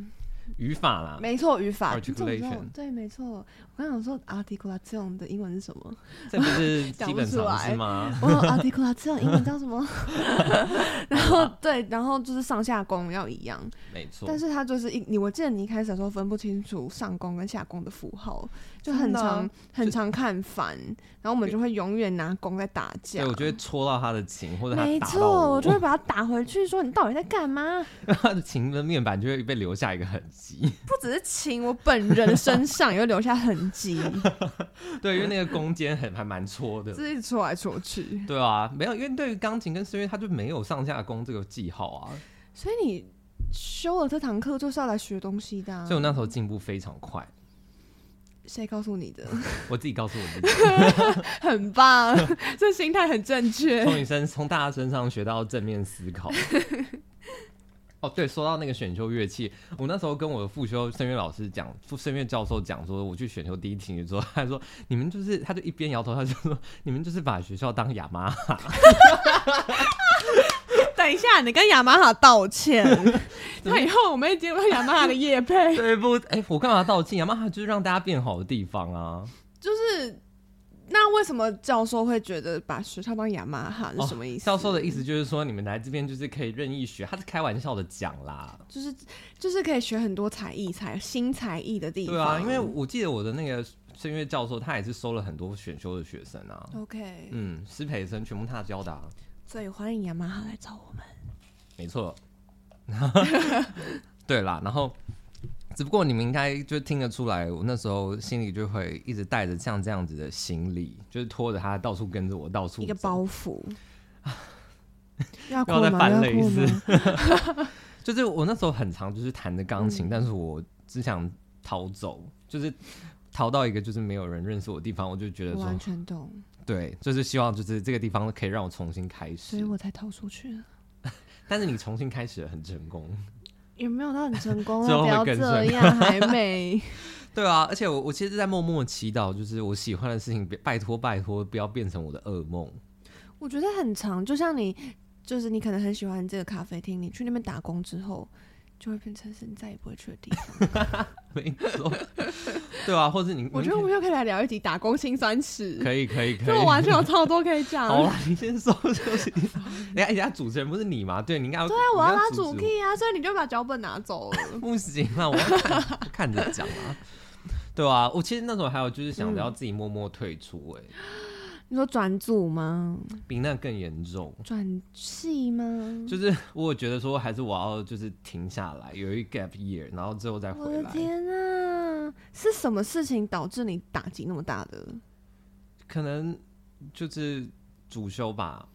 A: 语法啦，
B: 没错，语法。你怎么知道
A: Articulation
B: 对，没错。我刚想说 articulation 的英文是什么？
A: 这不是基
B: *laughs* 讲不
A: 本
B: 出
A: 常
B: 来
A: 识吗？ *laughs*
B: 我 articulation 英文叫什么？ *laughs* 然后对，然后就是上下弓要一样，
A: 没错，
B: 但是它就是一你，我记得你一开始的时候分不清楚上弓跟下弓的符号，就很
A: 真的啊
B: 常很常看反，然后我们就会永远拿弓在打架
A: 对，。我就会戳到他的琴，或者他
B: 没
A: 打到
B: 错，我
A: 我
B: 就会把它打回去，说你到底在干嘛？
A: *laughs* 他的琴的面板就会被留下一个痕迹。 *laughs*
B: 不只是情，我本人身上也会留下痕迹，
A: *laughs* 对，因为那个弓尖很还蛮戳的。
B: 自己戳来戳去。
A: 对啊，没有，因为对于钢琴跟声乐，它就没有上下弓这个记号啊，
B: 所以你修了这堂课就是要来学东西的、啊
A: 所以。我那时候进步非常快，
B: 谁告诉你的？ *laughs*
A: 我自己告诉我自己，*laughs*
B: 很棒，这心态很正 *laughs* 确。
A: 从你身从大家身上学到正面思考。哦，对，说到那个选修乐器，我那时候跟我的副修声乐老师讲，副声乐教授讲说，我去选修第一琴的时候，他说你们就是，他就一边摇头，他就说你们就是把学校当哑妈，
B: 等一下，你跟雅马哈
A: *laughs*
B: 道歉。那以后我们也接不到雅马哈的业配，
A: 对不？哎、我干嘛道歉？雅马哈就是让大家变好的地方啊。
B: 就是。那为什么教授会觉得把学校当雅马哈是什么意思？
A: 哦教授的意思就是说，你们来这边就是可以任意学，他是开玩笑的讲啦。
B: 就是就是可以学很多才艺、才新才艺的地方。
A: 对啊，因为我记得我的那个声乐教授，他也是收了很多选修的学生啊。
B: OK，、
A: 嗯，师培生全部他教的、啊，
B: 所以欢迎雅马哈来找我们。
A: 没
B: *laughs*
A: 错。对啦，然后只不过你们应该就听得出来，我那时候心里就会一直带着像这样子的行李，就是拖着他到处跟着我到处
B: 一个
A: 走 *laughs*
B: 包袱。要哭
A: 又要再
B: 吗？
A: 翻
B: 要
A: 了一
B: 哭
A: 次 *laughs*
B: 吗？
A: 就是我那时候很常就是弹着钢
B: 嗯
A: 琴，但是我只想逃走，就是逃到一个就是没有人认识我的地方，我就觉得
B: 我完
A: 说，
B: 全懂，
A: 对，就是希望就是这个地方可以让我重新开
B: 所以
A: 始。
B: 我才逃出去了。
A: 但是你重新开始得很成功，
B: 也没有到很成功
A: *laughs*
B: 啊，
A: 之后
B: 不
A: 会
B: 要
A: 更
B: 这
A: 成
B: 样，还
A: *laughs*
B: 没。
A: 对啊，而且我我其实在默默祈祷，就是我喜欢的事情，别拜托拜托不要变成我的噩梦。 *laughs*
B: 我觉得很长，就像你，就是你可能很喜欢这个咖啡厅，你去那边打工之后，就会变成是你再也不会去的地
A: *laughs*
B: 方。
A: 没错，对啊，或者你，
B: 我觉得
A: 你
B: 我们又可以来聊一集打工辛酸史，
A: 可以可以可以，
B: 这我完全有啊超多可以
A: *laughs*
B: 讲。
A: 好啊啦，你先说休息一下。人家人家主持人不是你吗？对，你应该要对
B: 那啊我要拉主 key 啊，所以你就把脚本拿走
A: *laughs*
B: 了。
A: 不行啊，我要看我看着讲啊。对啊，我其实那时候还有就是想着
B: 嗯
A: 要自己默默退出、欸，
B: 你说转组吗？
A: 比那更严重。
B: 转系吗？
A: 就是我有觉得说，还是我要就是停下来，有一 gap year，然后之后再
B: 我
A: 回
B: 的
A: 来。
B: 天啊！是什么事情导致你打击那么大的？
A: 可能就是主修吧。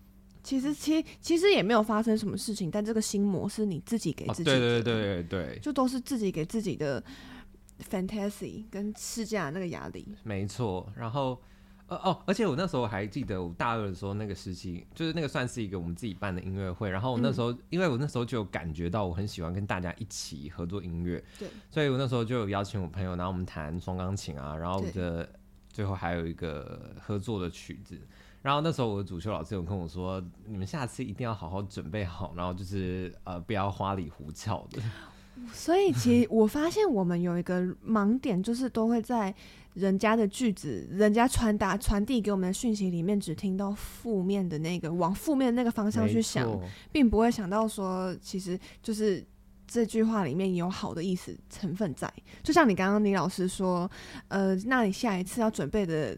B: 其实，其其实也没有发生什么事情，但这个心魔是你自己给
A: 哦，
B: 自己
A: 对对
B: 的。
A: 对对对，
B: 就都是自己给自己的 fantasy 跟试驾那个压力。
A: 没错。然后。呃哦，而且我那时候还记得，我大二的时候那个时期，就是那个算是一个我们自己办的音乐会。然后我那时
B: 嗯
A: 候，因为我那时候就有感觉到我很喜欢跟大家一起合作音乐，
B: 对，
A: 所以我那时候就有邀请我朋友，然后我们弹双钢琴啊，然后我
B: 对
A: 的最后还有一个合作的曲子。然后那时候我的主修老师有跟我说，你们下次一定要好好准备好，然后就是呃不要花里胡哨的。
B: *laughs* 所以其实我发现我们有一个盲点，就是都会在人家的句子、人家传达传递给我们的讯息里面，只听到负面的那个，往负面那个方向去想
A: 没，错
B: 并不会想到说，其实就是这句话里面有好的意思成分在。就像你刚刚李老师说，呃，那你下一次要准备的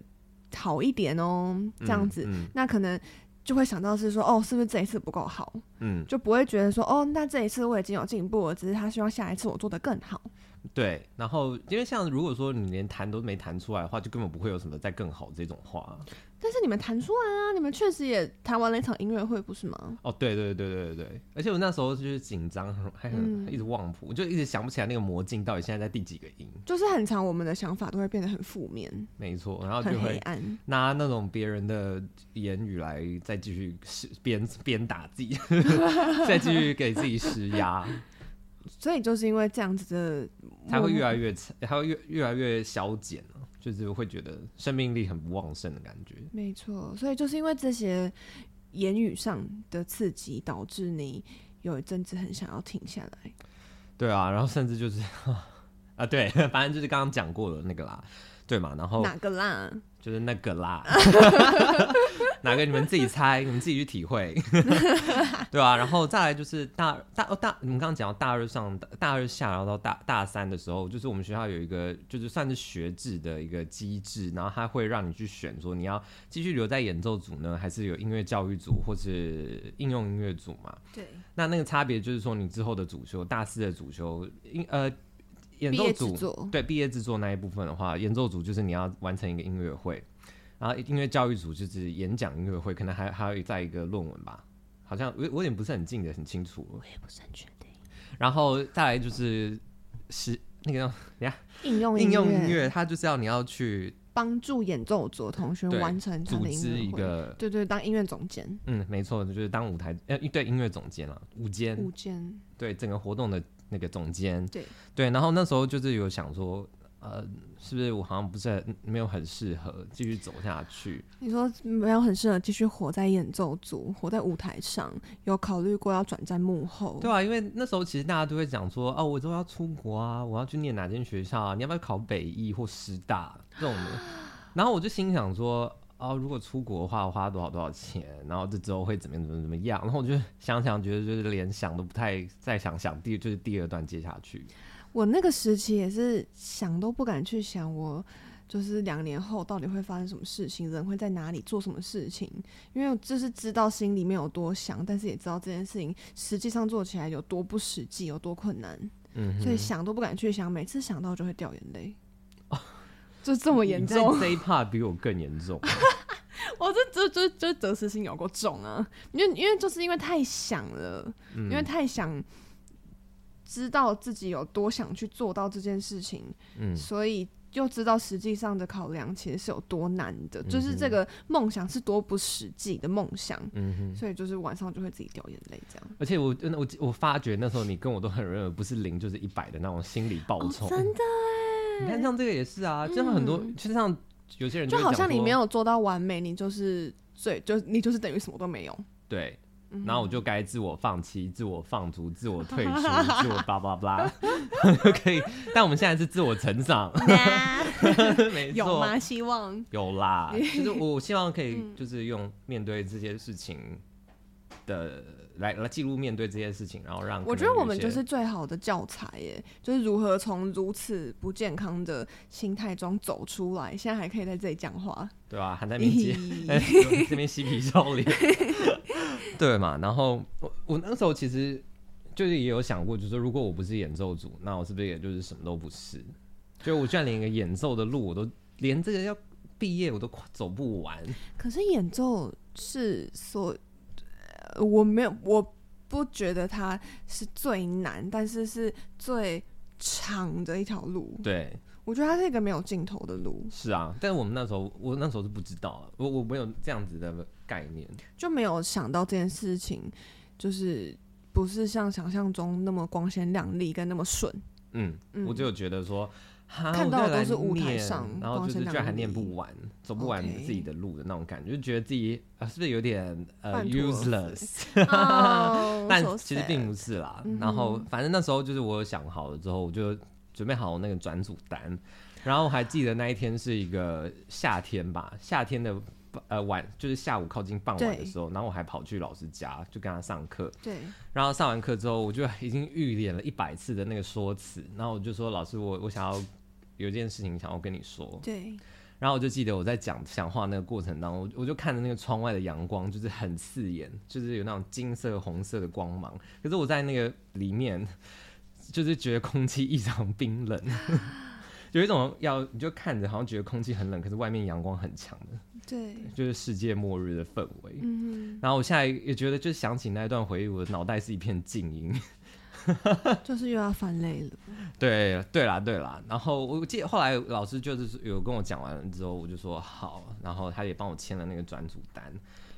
B: 好一点哦，这样子，
A: 嗯
B: 那可能就会想到是说，哦，是不是这一次不够好，
A: 嗯
B: 就不会觉得说，哦，那这一次我已经有进步了，只是他希望下一次我做的更好。
A: 嗯对。然后因为像如果说你连弹都没弹出来的话，就根本不会有什么再更好这种话。
B: 但是你们弹出来啊，你们确实也弹完了一场音乐会，不是吗？
A: 哦，对对对对对对。而且我那时候就是紧张，还很、
B: 嗯
A: 一直忘谱，就一直想不起来那个魔镜到底现在在第几个音。
B: 就是很长，我们的想法都会变得很负面、
A: 没
B: *laughs*
A: 错，然后啊就
B: 很
A: 会
B: 黑暗。
A: 拿那种别人的言语来再继续施 *laughs* 鞭鞭打自
B: *laughs*
A: 己，再继续给自己施压，
B: 所以就是因为这样子的，
A: 才会越来越惨，还会越越来越消减啊就是会觉得生命力很不旺盛的感觉。
B: 没错，所以就是因为这些言语上的刺激，导致你有一阵子很想要停下来。
A: 对啊，然后甚至就是啊，对，反正就是刚刚讲过的那个啦，对嘛，然后
B: 哪个啦？
A: 就是那个啦，哪个你们自己猜，你们自己去体会，对啊，然后再来就是大大哦大，你们刚刚讲到大二上大二下，然后到大大三的时候，就是我们学校有一个就是算是学制的一个机制，然后它会让你去选说你要继续留在演奏组呢，还是有音乐教育组或是应用音乐组嘛？
B: 对，
A: 那那个差别就是说，你之后的主修，大四的主修，音呃演
B: 毕
A: 奏
B: 业制
A: 组
B: 作
A: 对毕业制作那一部分的话，演奏组就是你要完成一个音乐会，然后音乐教育组就是演讲音乐会，可能还还有再一个论文吧，好像我我有点不是很记得很清楚，我也不是很确定。然后再来就是是那个
B: 应用
A: 应用音
B: 音乐
A: 乐，它就是要你要去
B: 帮助演奏组的同学
A: 对
B: 完成他
A: 组
B: 的音乐
A: 织一
B: 会，
A: 个，
B: 对对，当音乐总监、
A: 嗯，没错，就是当舞台呃对音乐总监啊，舞监
B: 舞监，
A: 对整个活动的那个总监，
B: 对
A: 对，然后那时候就是有想说，呃，是不是我好像不是很没有很适合继续走下去？
B: 你说没有很适合继续活在演奏组，活在舞台上，有考虑过要转战幕后？
A: 对啊，因为那时候其实大家都会讲说，哦，我之后要出国啊，我要去念哪间学校啊，你要不要考北艺或师大这种的？然后我就心想说，哦，如果出国的话，花多少多少钱，然后这之后会怎么样怎么怎么样？然后我就想想，觉得就是连想都不太再想想第就是第二段接下去。
B: 我那个时期也是想都不敢去想我。就是两年后到底会发生什么事情，人会在哪里做什么事情？因为我就是知道心里面有多想，但是也知道这件事情实际上做起来有多不实际，有多困难，
A: 嗯哼，
B: 所以想都不敢去想，每次想到就会掉眼 *laughs* 泪，就哦这么严
A: 你在
B: 重。
A: 这一 part 比我更严
B: *laughs*
A: 重。
B: 我这这这这得失心有够重啊！因为因为就是因为太想了，
A: 嗯
B: 因为太想知道自己有多想去做到这件事情，
A: 嗯
B: 所以就知道实际上的考量其实是有多难的，就是
A: 嗯哼
B: 这个梦想是多不实际的梦想，
A: 嗯哼。
B: 所以就是晚上就会自己掉眼泪这样。
A: 而且我真的我我发觉那时候你跟我都很热，不是零就是一百的那种心理爆冲、
B: 哦真嗯
A: 的你看像这个也是啊，就像很多，就像有些人
B: 就
A: 会
B: 好
A: 讲
B: 像你
A: 说
B: 没有做到完美，你就是最就你就是等于什么都没 *laughs* 有。
A: 对，
B: 嗯
A: 然后我就该自我放弃、自我放逐、自我
B: *laughs*
A: 退出、自我叭叭叭，就 *laughs* 可以。但我们现在是自我成长， *laughs* 没
B: 有
A: 错，
B: 吗？嗯希望
A: 有啦。就是我希望可以就是用面对这些事情的来来记录面对这些事情，然后让
B: 我
A: 可能
B: 觉得
A: 有
B: 我
A: 一
B: 们就
A: 些
B: 是最好的教材耶，就是如何从如此不健康的心态中走出来。现在还可以在这里讲话，
A: 对啊，
B: *laughs*
A: 还在那边接哎这边嬉皮笑脸，对嘛？然后我我那时候其实就是也有想过，就是说如果我不是演奏组，那我是不是也就是什么都不是？就我居然连一个演奏的路我都连这个要毕业我都走不完，
B: 可是演奏是所，呃我没有，我不觉得它是最难，但是是最长的一条路。
A: 对，
B: 我觉得它是一个没有尽头的路，
A: 是啊。但我们那时候我那时候是不知道，啊我我没有这样子的概念，
B: 就没有想到这件事情，就是不是像想象中那么光鲜亮丽跟那么顺。
A: 嗯，*laughs*
B: 嗯
A: 我只有觉得说。哈
B: 看
A: 我
B: 到的
A: 再来
B: 都是舞台
A: 念
B: 上
A: 然后
B: 光
A: 就是
B: 鲜
A: 居然还
B: 亮
A: 念
B: 丽
A: 不完，走不完
B: OK
A: 自己的路的那种感觉，就觉得自己啊是不是有点呃
B: 半途而废
A: useless？*laughs*
B: 哦
A: 但
B: so
A: 其实
B: sad
A: 并不是啦。
B: 嗯
A: 然后反正那时候就是我想好了之后，我就准备好那个转组单，然后我还记得那一天是一个夏天吧，夏天的呃晚就是下午靠近傍晚的
B: 对
A: 时候，然后我还跑去老师家就跟他上课，
B: 对，
A: 然后上完课之后，我就已经预演了一百次的那个说辞，然后我就说老师我我想要有一件事情想要跟你说，
B: 对，
A: 然后我就记得我在讲讲话那个过程当中，我就看着那个窗外的阳光，就是很刺眼，就是有那种金色、红色的光芒。可是我在那个里面，就是觉得空气异常冰冷， *laughs* 有一种要你就看着好像觉得空气很冷，可是外面阳光很强的，
B: 对，
A: 就是世界末日的氛围。
B: 嗯
A: 然后我现在也觉得，就想起那一段回忆，我的脑袋是一片静音。
B: 哼，就是又要翻累了。
A: 对对啦，对啦。然后我记得后来老师就是有跟我讲完了之后，我就说好，然后他也帮我签了那个转组单，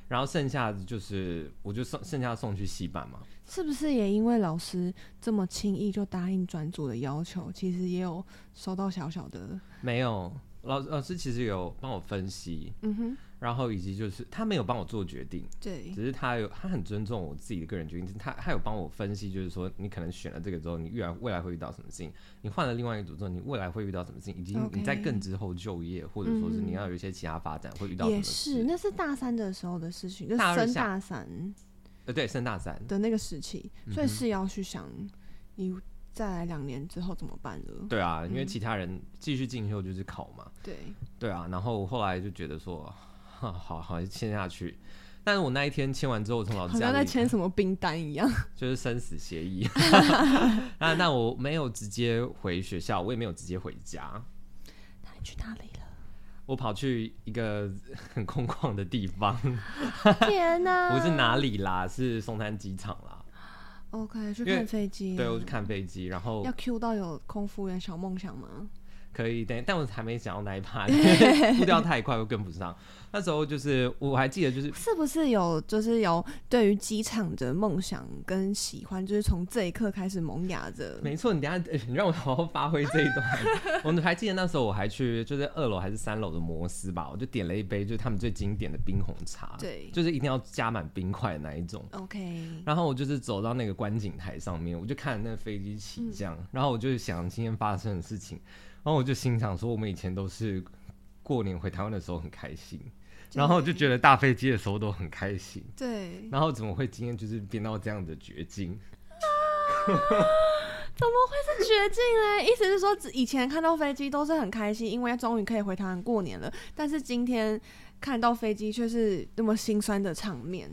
A: 然后剩下的就是我就送剩下送去戏班嘛。
B: 是不是也因为老师这么轻易就答应转组的要求，其实也有收到小小的，
A: 没有，老老师其实有帮我分析，
B: 嗯哼，
A: 然后以及就是他没有帮我做决定，
B: 对
A: 只是他有他很尊重我自己的个人决定，他他有帮我分析，就是说你可能选了这个之后，你越来未来会遇到什么事情，你换了另外一个组之后，你未来会遇到什么事情，以及
B: OK 嗯
A: 你在更之后就业，或者说是你要有一些其他发展会遇到什
B: 也
A: 么
B: 是，
A: 事。
B: 那是大三的时候的事情，就是
A: 大二
B: 升
A: 下
B: 大三
A: 呃，对，升大三，
B: 的那个时期，
A: 嗯
B: 所以是要去想你再来两年之后怎么办了。
A: 对啊，因为
B: 嗯
A: 其他人继续进修就是考嘛，
B: 对，
A: 对啊，然后我后来就觉得说，哈好好签下去。但是我那一天签完之后，我从老师
B: 好
A: 家
B: 像在
A: 里
B: 签什么冰单一样。
A: 就是生死协
B: *laughs*
A: 议。那那我没有直接回学校，我也没有直接回家，
B: 那你去哪里了？
A: 我跑去一个很空旷的地方。
B: *laughs* 天哪！
A: 我是哪里啦？是松山机场啦。
B: 哎啊 OK，去
A: 因为
B: 看飞机。啊
A: 对，我去。看飞机，然后
B: 要 Q 到有空服员小梦想吗？
A: 可以等，但我还没讲到那一
B: *laughs*
A: 趴，因为步调太快，我跟不上。那时候就是我还记得，就是
B: 是不是有就是有对于机场的梦想跟喜欢，就是从这一刻开始萌芽着？
A: 没错，你等一下、呃你让我好好发挥这一段。我还记得那时候我还去就是二楼还是三楼的摩斯吧，我就点了一杯就是他们最经典的冰红茶，
B: 对
A: 就是一定要加满冰块的那一种。 *laughs*
B: OK，
A: 然后我就是走到那个观景台上面，我就看那飞机起降，然后我就想今天发生的事情，然后我就心想说，我们以前都是过年回台湾的时候很开心，然后就觉得搭飞机的时候都很开心，
B: 对，
A: 然后怎么会今天就是变到这样的绝境？
B: 怎么会是绝境嘞？意思是说，以前看到飞机都是很开心，因为终于可以回台湾过年了，但是今天看到飞机却是那么心酸的场面。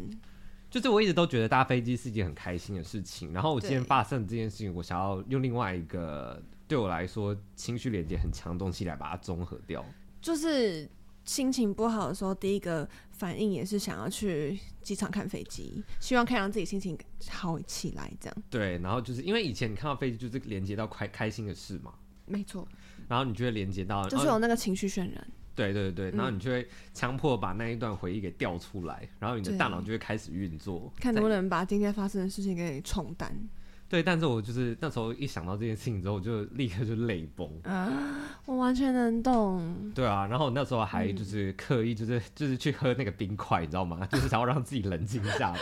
A: 就是我一直都觉得搭飞机是一件很开心的事情，然后我今天
B: 对
A: 发生这件事情，我想要用另外一个对我来说情绪连接很强的东西来把它综合掉。
B: 就是心情不好的时候，第一个反应也是想要去机场看飞机，希望可以让自己心情好起来。这样
A: 对，然后就是因为以前你看到飞机就是连接到开开心的事嘛，
B: 没错，
A: 然后你就会连接到，
B: 就是
A: 哦
B: 有那个情绪渲染。
A: 对对对，
B: 嗯
A: 然后你就会强迫把那一段回忆给调出来，然后你的
B: 对
A: 大脑就会开始运作。
B: 看能
A: 在
B: 不能把今天发生的事情给冲淡
A: 对，但是我就是那时候一想到这件事情之后，我就立刻就泪崩。
B: 啊！我完全能懂，
A: 对啊，然后我那时候还
B: 嗯
A: 就是刻意就是、就是去喝那个冰块，你知道吗？ *laughs* 就是想要让自己冷静下来。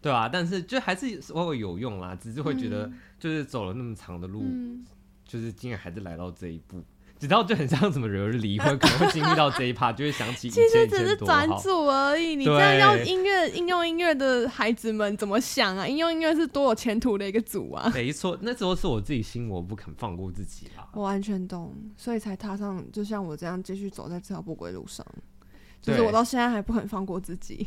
A: 对啊，但是就还是稍微有用啦，只是会觉得就是走了那么长的路，
B: 嗯，
A: 就是竟然还是来到这一步。你知道，就很像什么人离婚，可能会经历到这一趴，就会想起以
B: *laughs* 其
A: 前
B: 实
A: 以
B: 只
A: 前
B: 是
A: 多
B: 转
A: 好。
B: 组而已。你这样要音乐应用音乐的孩子们怎么想啊？应用音乐是多有前途的一个组啊！
A: 没错，那时候是我自己心魔不肯放过自己啦。
B: 我完全懂，所以才踏上就像我这样继续走在这条不归路上。就是
A: 对
B: 我到现在还不肯放过自己。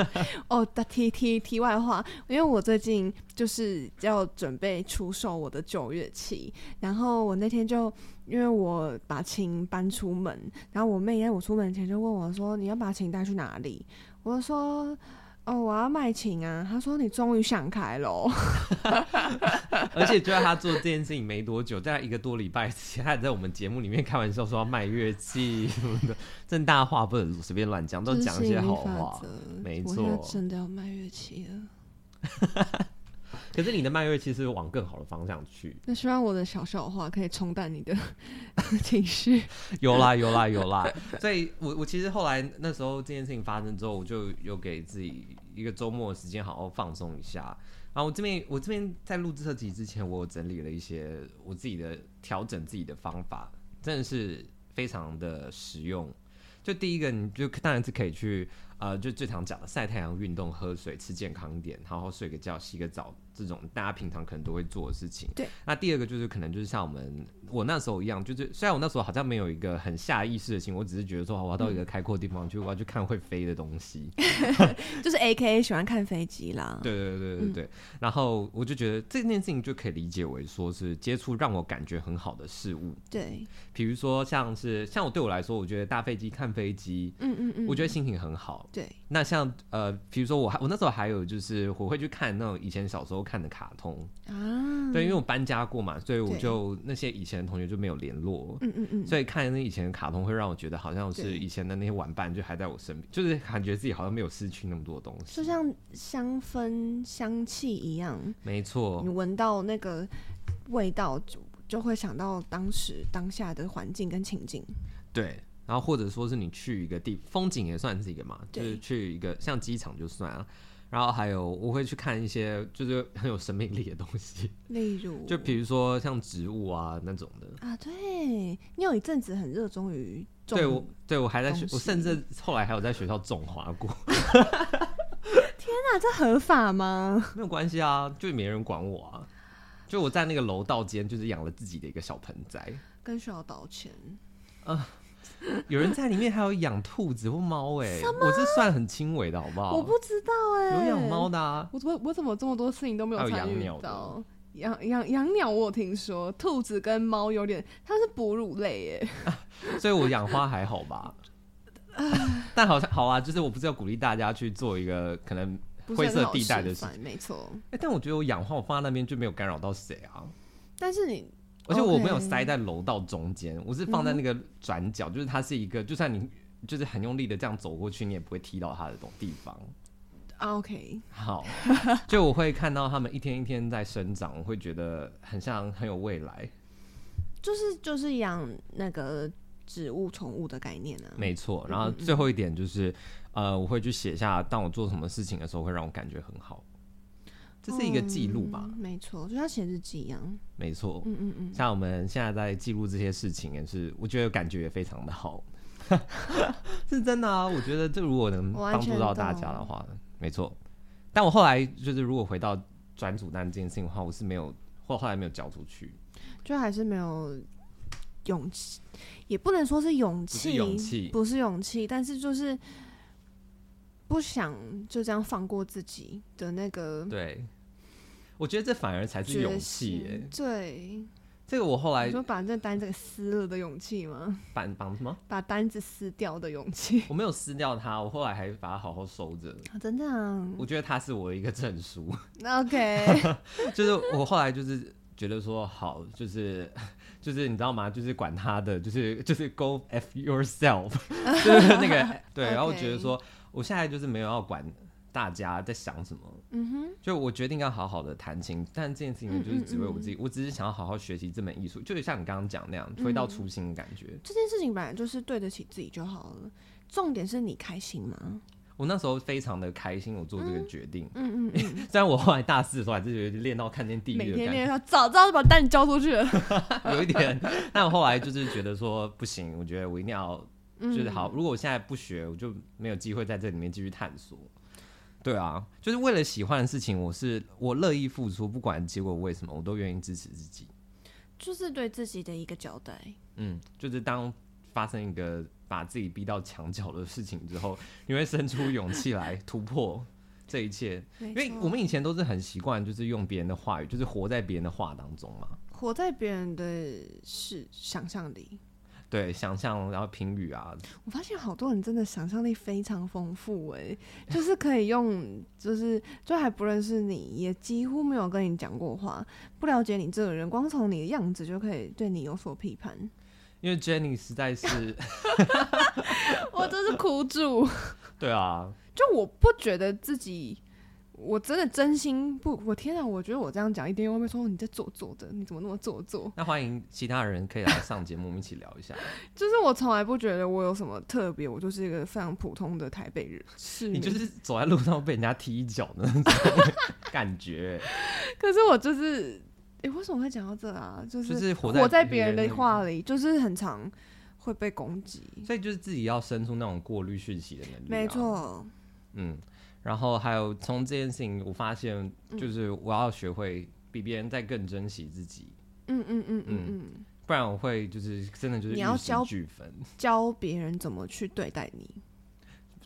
B: *laughs* 哦，但题题题外话，因为我最近就是要准备出售我的九乐器，然后我那天就因为我把琴搬出门，然后我妹在我出门前就问我说：“你要把琴带去哪里？”我就说。哦，我要卖琴啊！她说你终于想开了哦，
A: *laughs* 而且就在他做这件事情没多久，大概一个多礼拜之前，他还在我们节目里面开玩笑说要卖乐器什么的，正大话不能随便乱讲，都讲一些好话
B: 这。是引力法则
A: 没
B: 我现在
A: 错
B: 真的要卖乐器了。
A: 可是你的卖乐器是往更好的方向去，
B: 那希望我的小笑话可以冲淡你的 *laughs* 情绪。
A: *laughs* 有啦有啦有啦。所以我我其实后来那时候这件事情发生之后，我就有给自己一个周末的时间好好放松一下。然后我这边我这边在录制这集之前，我有整理了一些我自己的调整自己的方法，真的是非常的实用。就第一个，你就当然是可以去，呃，就最常讲的晒太阳、运动、喝水、吃健康一点，好好睡个觉、洗个澡，这种大家平常可能都会做的事情。
B: 对。
A: 那第二个就是可能就是像我们我那时候一样，就是虽然我那时候好像没有一个很下意识的行为，我只是觉得说，好我要
B: 嗯
A: 到一个开阔的地方去，我要去看会飞的东西。
B: *laughs* *laughs* 就是 A K A 喜欢看飞机啦，
A: 对对对
B: 嗯
A: 对对。然后我就觉得这件事情就可以理解为说是接触让我感觉很好的事物，
B: 对，
A: 比如说像是像我对我来说，我觉得搭飞机看飞机，
B: 嗯嗯嗯，
A: 我觉得心情很好。
B: 对，
A: 那像呃，比如说我还我那时候还有就是我会去看那种以前小时候看的卡通，
B: 啊，
A: 对，因为我搬家过嘛，所以我
B: 对
A: 就那些以前的同学就没有联络。
B: 嗯嗯嗯，
A: 所以看那以前的卡通会让我觉得好像是
B: 对
A: 以前的那些玩伴就还在我身边，就是感觉自己好像没有失去那么多东西。
B: 就像香氛香气一样，
A: 没错
B: 你，闻到那个味道就就会想到当时当下的环境跟情境。
A: 对，然后或者说是你去一个地，风景也算是一个嘛，就
B: 对
A: 是去一个像机场就算了。然后还有我会去看一些就是很有生命力的东西，
B: 例如
A: 就比如说像植物啊那种的。
B: 啊，对你有一阵子很热衷于种
A: 对我，对我还在学
B: 东，西
A: 我甚至后来还有在学校种花过， *laughs*
B: 那这合法吗？ *laughs*
A: 没有关系啊，就没人管我啊。就我在那个楼道间，就是养了自己的一个小盆栽，
B: 跟学校道歉，
A: 有人在里面还有养兔子或猫哎、我这算很轻微的好不好？
B: 我不知道哎、
A: 哦有养猫的啊，
B: 我我我怎么这么多事情都没
A: 还有
B: 参
A: 养
B: 与
A: 鸟的
B: 到？养养养鸟，我有听说，兔子跟猫有点，它是哺乳类耶。
A: 所以我养花还好吧。但好像好啊，就是我不是要鼓励大家去做一个可能
B: 不是
A: 灰
B: 很
A: 色
B: 好
A: 地带
B: 示
A: 的事情，
B: 范没错。
A: 哎、但我觉得我养花，我放在那边就没有干扰到谁啊。
B: 但是你
A: 而且我没有
B: OK
A: 塞在楼道中间，我是放在那个转角，就是它是一个，就算你就是很用力的这样走过去，你也不会踢到它的东地方。
B: 啊，OK，
A: 好， *laughs* 就我会看到它们一天一天在生长，我会觉得很像很有未来。
B: 就是就是养那个植物宠物的概念啊。
A: 没错，然后最后一点就是，呃，我会去写下，当我做什么事情的时候，会让我感觉很好。这是一个记录吧？
B: 嗯没错，就像写日记一样。
A: 没错，
B: 嗯嗯嗯，
A: 像我们现在在记录这些事情，也是我觉得感觉也非常的好， *laughs* 是真的啊。我觉得这如果能
B: 我完
A: 帮助到大家的话，没错。但我后来就是如果回到转组单这件事情的话，我是没有后后来没有交出去，
B: 就还是没有勇气，也不能说是勇
A: 不
B: 气，
A: 是勇气，
B: 不是勇气，但是就是不想就这样放过自己的那个
A: 对。我觉得这反而才是
B: 嗯决
A: 勇气
B: 心。
A: 耶、哎
B: 对，
A: 这个我后来
B: 你说把这单这个撕了的勇气吗？
A: 绑绑什么？
B: 把单子撕掉的勇气。 *laughs*
A: 我没有撕掉它，我后来还把它好好收着。
B: 啊真的啊
A: 我觉得它是我的一个证书。 *laughs*
B: ，OK，
A: 就是我后来就是觉得说好，就是 *laughs* 就是你知道吗？就是管他的，就是就是 go f yourself，就是 *laughs* 那个对。然后我觉得说，我现在就是没有要管大家在想什么，
B: 嗯哼，
A: 就我决定要好好的弹琴。但这件事情就是只为我自己，我只是想要好好学习这门艺术，就是像你刚刚讲那样，回到初心的感觉。
B: 这件事情本来就是对得起自己就好了。重点是你开心吗？
A: 我那时候非常的开心，我做这个决定。
B: 嗯嗯嗯，
A: *laughs* 虽然我后来大四的时候还是有点练到看见地
B: 每
A: 狱的
B: 天
A: 感觉
B: 练，他早知道就把单子交出去了。 *laughs*
A: 有一点。但我后来就是觉得说不行，我觉得我一定要
B: 嗯
A: 就是好。如果我现在不学，我就没有机会在这里面继续探索。对啊，就是为了喜欢的事情，我是我乐意付出，不管结果为什么，我都愿意支持自己。
B: 就是对自己的一个交代。
A: 嗯，就是当发生一个把自己逼到墙角的事情之后，你会生出勇气来突破这一切。
B: 因
A: 因为我们以前都是很习惯，就是用别人的话语，就是活在别人的话当中嘛。
B: 活在别人的是想象力，
A: 对，想象然后评语啊，
B: 我发现好多人真的想象力非常丰富哎、就是可以用，就是就还不认识你，也几乎没有跟你讲过话，不了解你这个人，光从你的样子就可以对你有所批判。
A: 因为 Jenny 实在是。
B: *laughs* 我真是苦主，
A: 对啊，
B: 就我不觉得自己。我真的真心不，我天啊！我觉得我这样讲，一定会被说你在做作的，你怎么那么做作？
A: 那欢迎其他人可以来上节目，我们一起聊一下。
B: 就是我从来不觉得我有什么特别，我就是一个非常普通的台北人市
A: 你
B: 民。
A: 就是走在路上被人家踢一脚的那种 *laughs* 感觉，
B: 可是我就是，诶，为什么会讲到这啊？就是
A: 就是活
B: 活
A: 在
B: 在
A: 别
B: 别
A: 人
B: 人
A: 的
B: 的话里，就是很常会被攻击。
A: 所以就是自己要生出那种过滤讯息的能力、啊
B: 没，错，
A: 嗯，然后还有从这件事情，我发现就是我要学会比别人再更珍惜自己，
B: 嗯嗯嗯嗯嗯，
A: 不然我会就是真的就是
B: 你要
A: 玉石
B: 教
A: 俱焚。
B: 教别人怎么去对待你。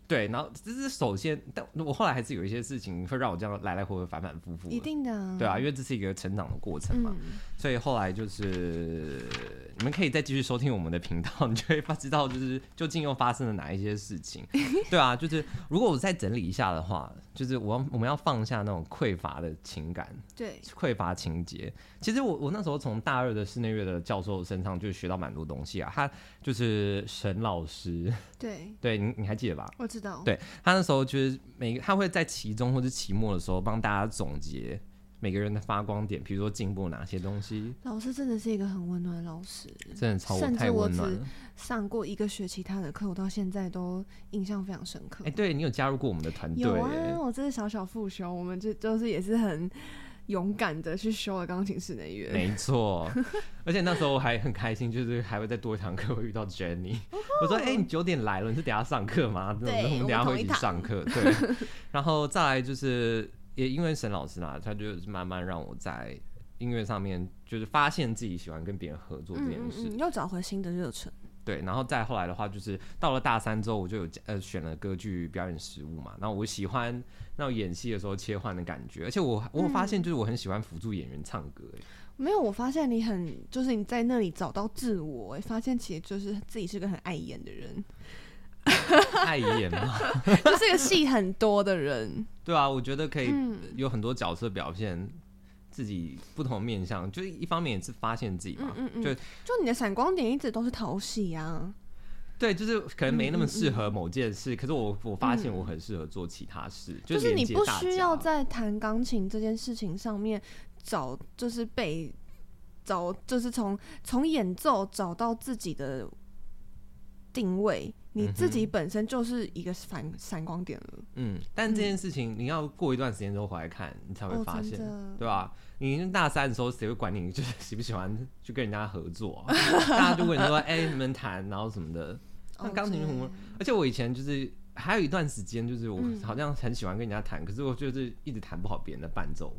A: 对，然后这是首先，但我后来还是有一些事情会让我这样来来回回反反复复的，
B: 一定的、啊
A: 对啊，因为这是一个成长的过程嘛。
B: 嗯，
A: 所以后来就是你们可以再继续收听我们的频道， *laughs* 你就会发知道就是究竟又发生了哪一些事
B: *laughs*
A: 情。对啊，就是如果我再整理一下的话，就是我要我们要放下那种匮乏的情感、
B: 对，
A: 匮乏情节。其实我我那时候从大二的室内乐的教授身上就学到蛮多东西啊，他就是沈老师，
B: 对，
A: 对你你还记得吧？
B: 我知道。
A: 对他那时候就是每个他会在期中或是期末的时候帮大家总结每个人的发光点，比如说进步哪些东西，
B: 老师真的是一个很温暖的老师，
A: 真的超
B: 甚至
A: 太
B: 我
A: 温暖
B: 只呃
A: 了。
B: 上过一个学期他的课，我到现在都印象非常深刻。
A: 哎、对你有加入过我们的团队、
B: 有
A: 哎
B: 啊，我这是小小复修，我们就就是也是很勇敢的去修了钢琴室内乐。
A: 没错， *laughs* 而且那时候还很开心，就是还会再多一堂课会遇到 Jenny。我说：“哎、你九点来了，你是等下上课吗？”
B: 哦对
A: 我们等下
B: 我们同
A: 会一
B: 一
A: 起
B: 堂
A: 上课。对， *laughs* 然后再来就是也因为沈老师啦，他就是慢慢让我在音乐上面就是发现自己喜欢跟别人合作这
B: 嗯
A: 件
B: 嗯
A: 事。
B: 嗯，又找回新的热忱。
A: 对，然后再后来的话，就是到了大三之后，我就有呃选了歌剧表演实务嘛。然后我喜欢那种演戏的时候切换的感觉，而且我我发
B: 嗯
A: 现就是我很喜欢辅助演员唱歌、哎
B: 没有，我发现你很，就是你在那里找到自我、哎，发现其实就是自己是个很爱演的人，
A: 爱演嘛。 *laughs*
B: 就是个戏很多的人。
A: 对啊，我觉得可以
B: 嗯
A: 有很多角色表现自己不同面向，就是一方面也是发现自己嘛，
B: 嗯嗯嗯
A: 啊就
B: 就你的闪光点一直都是讨喜啊，
A: 对，就是可能没
B: 嗯
A: 那么适合某件事，可是我我发现我很适合做其他事，
B: 就是你
A: 连接
B: 不
A: 大
B: 需
A: 家
B: 要在弹钢琴这件事情上面找，就是被找，就是从从演奏找到自己的定位，你自己本身就是一个闪闪光点了。
A: 嗯，但这件事情你要过一段时间之后回来看，你才会
B: 哦
A: 发
B: 真
A: 现，
B: 的
A: 对吧、你大三的时候谁会管你就是喜不喜欢去跟人家合作、啊？大家就问你说，哎、你们谈然后什么的，那
B: 哦
A: 钢琴
B: 对
A: 很温而且我以前就是还有一段时间，就是我
B: 嗯
A: 好像很喜欢跟人家弹，可是我就是一直弹不好别人的伴奏。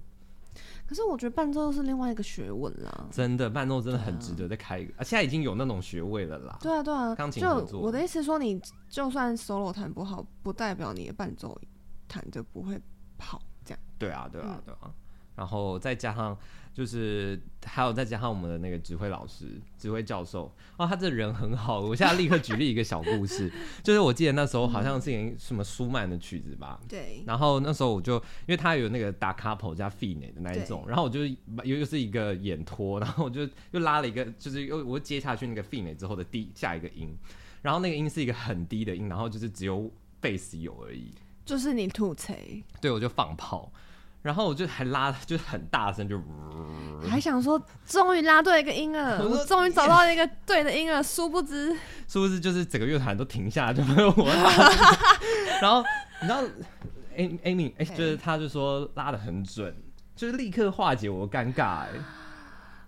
B: 可是我觉得伴奏是另外一个学问啦。
A: 真的，伴奏真的很值得再开一个，啊，现在已经有那种学位了啦。
B: 对啊，对啊，
A: 钢琴合
B: 就
A: 作
B: 我的意思说，你就算 solo 弹不好，不代表你的伴奏弹的不会好，这样。
A: 对啊，对啊，对啊。然后再加上就是还有再加上我们的那个指挥老师、指挥教授哦，他这人很好。我现在立刻举例一个小故事， *laughs* 就是我记得那时候好像是演什么舒曼的曲子吧，
B: 对，
A: 然后那时候我就，因为他有那个打 couple 加 f i n 的那一种，然后我就又又是一个眼托，然后我就又拉了一个，就是又我接下去那个 f i n 之后的第下一个音，然后那个音是一个很低的音，然后就是只有贝斯有而已，
B: 就是你吐贼，
A: 对我就放炮，然后我就还拉就是很大声就，
B: 还想说终于拉对一个音了，
A: *laughs* 我说
B: 我终于找到一个对的音了，殊不知
A: 是不是就是整个乐团都停下来就没有我拉，
B: *laughs*
A: 然后你知道 Amy Amy 哎、就是他就说拉的很准，就是立刻化解我的尴尬哎、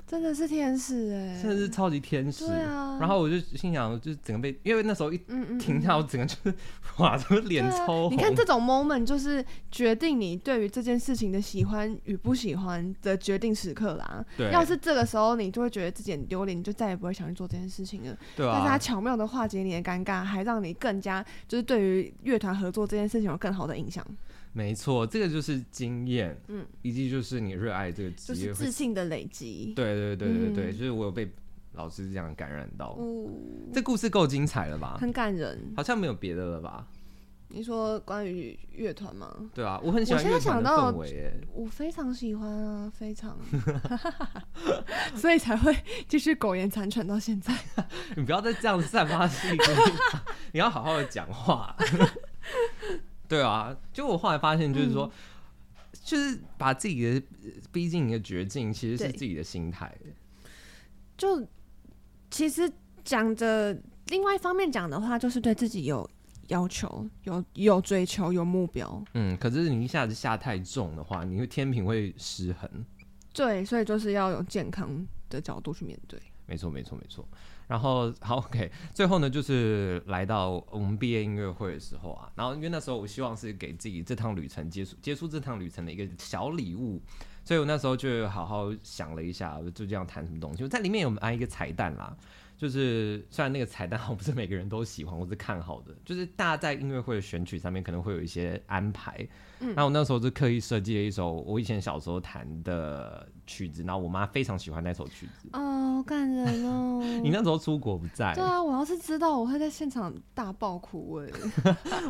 B: 真的是天使哎、
A: 真的是超级天使。
B: 对啊
A: 然后我就心想，就是整个被，因为那时候一
B: 嗯嗯，
A: 停下，我整个就是 *laughs* 哇，这个脸
B: 对啊
A: 超红。
B: 你看这种 moment 就是决定你对于这件事情的喜欢与不喜欢的决定时刻啦。
A: 对
B: 要是这个时候你就会觉得自己很丢脸，你就再也不会想去做这件事情了。
A: 对
B: 但是
A: 啊
B: 他，巧妙的化解你的尴尬，还让你更加就是对于乐团合作这件事情有更好的影响，
A: 没错，这个就是经验，嗯
B: 嗯，
A: 以及就是你热爱这个
B: 就
A: 职业
B: 是
A: 会。
B: 自信的累积。
A: 对对对对对，
B: 嗯
A: 就是我有被老师这样感染到。
B: 哦，
A: 这故事够精彩了吧？
B: 很感人。
A: 好像没有别的了吧？
B: 你说关于乐团吗？
A: 对啊，我很喜欢
B: 我现在
A: 乐团的
B: 想到
A: 氛围耶。
B: 我非常喜欢啊，非常， *laughs* 所以才会继续苟延残喘到现在。
A: 你不要再这样散发性， *laughs* 你要好好的讲话。 *laughs* 对啊，就我后来发现，就是说，
B: 嗯
A: 就是把自己的逼近一个绝境，其实是
B: 对
A: 自己的心态。
B: 就其实讲的另外一方面讲的话，就是对自己有要求、有有追求、有目标。
A: 嗯，可是你一下子下太重的话，你会天平会失衡。
B: 对，所以就是要有健康的角度去面对。
A: 没错，没错，没错。然后好，OK，最后呢，就是来到我们毕业音乐会的时候啊，然后因为那时候我希望是给自己这趟旅程结束结束这趟旅程的一个小礼物，所以我那时候就好好想了一下，我就这样谈什么东西。我在里面有安一个彩蛋啦，就是虽然那个彩蛋 *laughs* 我不是每个人都喜欢，我是看好的，就是大家在音乐会的选曲上面可能会有一些安排。嗯，那我那时候就刻意设计了一首我以前小时候弹的曲子，然后我妈非常喜欢那首曲子。
B: 哦，好感人哦
A: 你那时候出国不在，
B: 对啊，我要是知道，我会在现场大爆哭哎、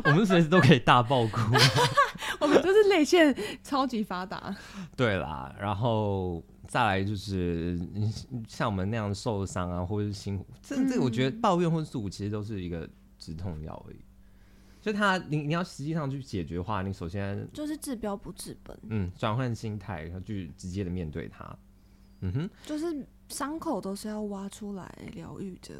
A: 我们随时都可以大爆哭。
B: *laughs*
A: *laughs*
B: 我们就是泪腺超级发达，
A: 对啦，然后再来就是嗯像我们那样受伤啊，或者是辛苦，这这个我觉得抱怨或诉苦其实都是一个止痛药而已。就他你你要实际上去解决的话，你首先
B: *laughs* 就是治标不治本，
A: 嗯转换心态，然后去直接的面对它。嗯哼，
B: 就是伤口都是要挖出来疗愈的，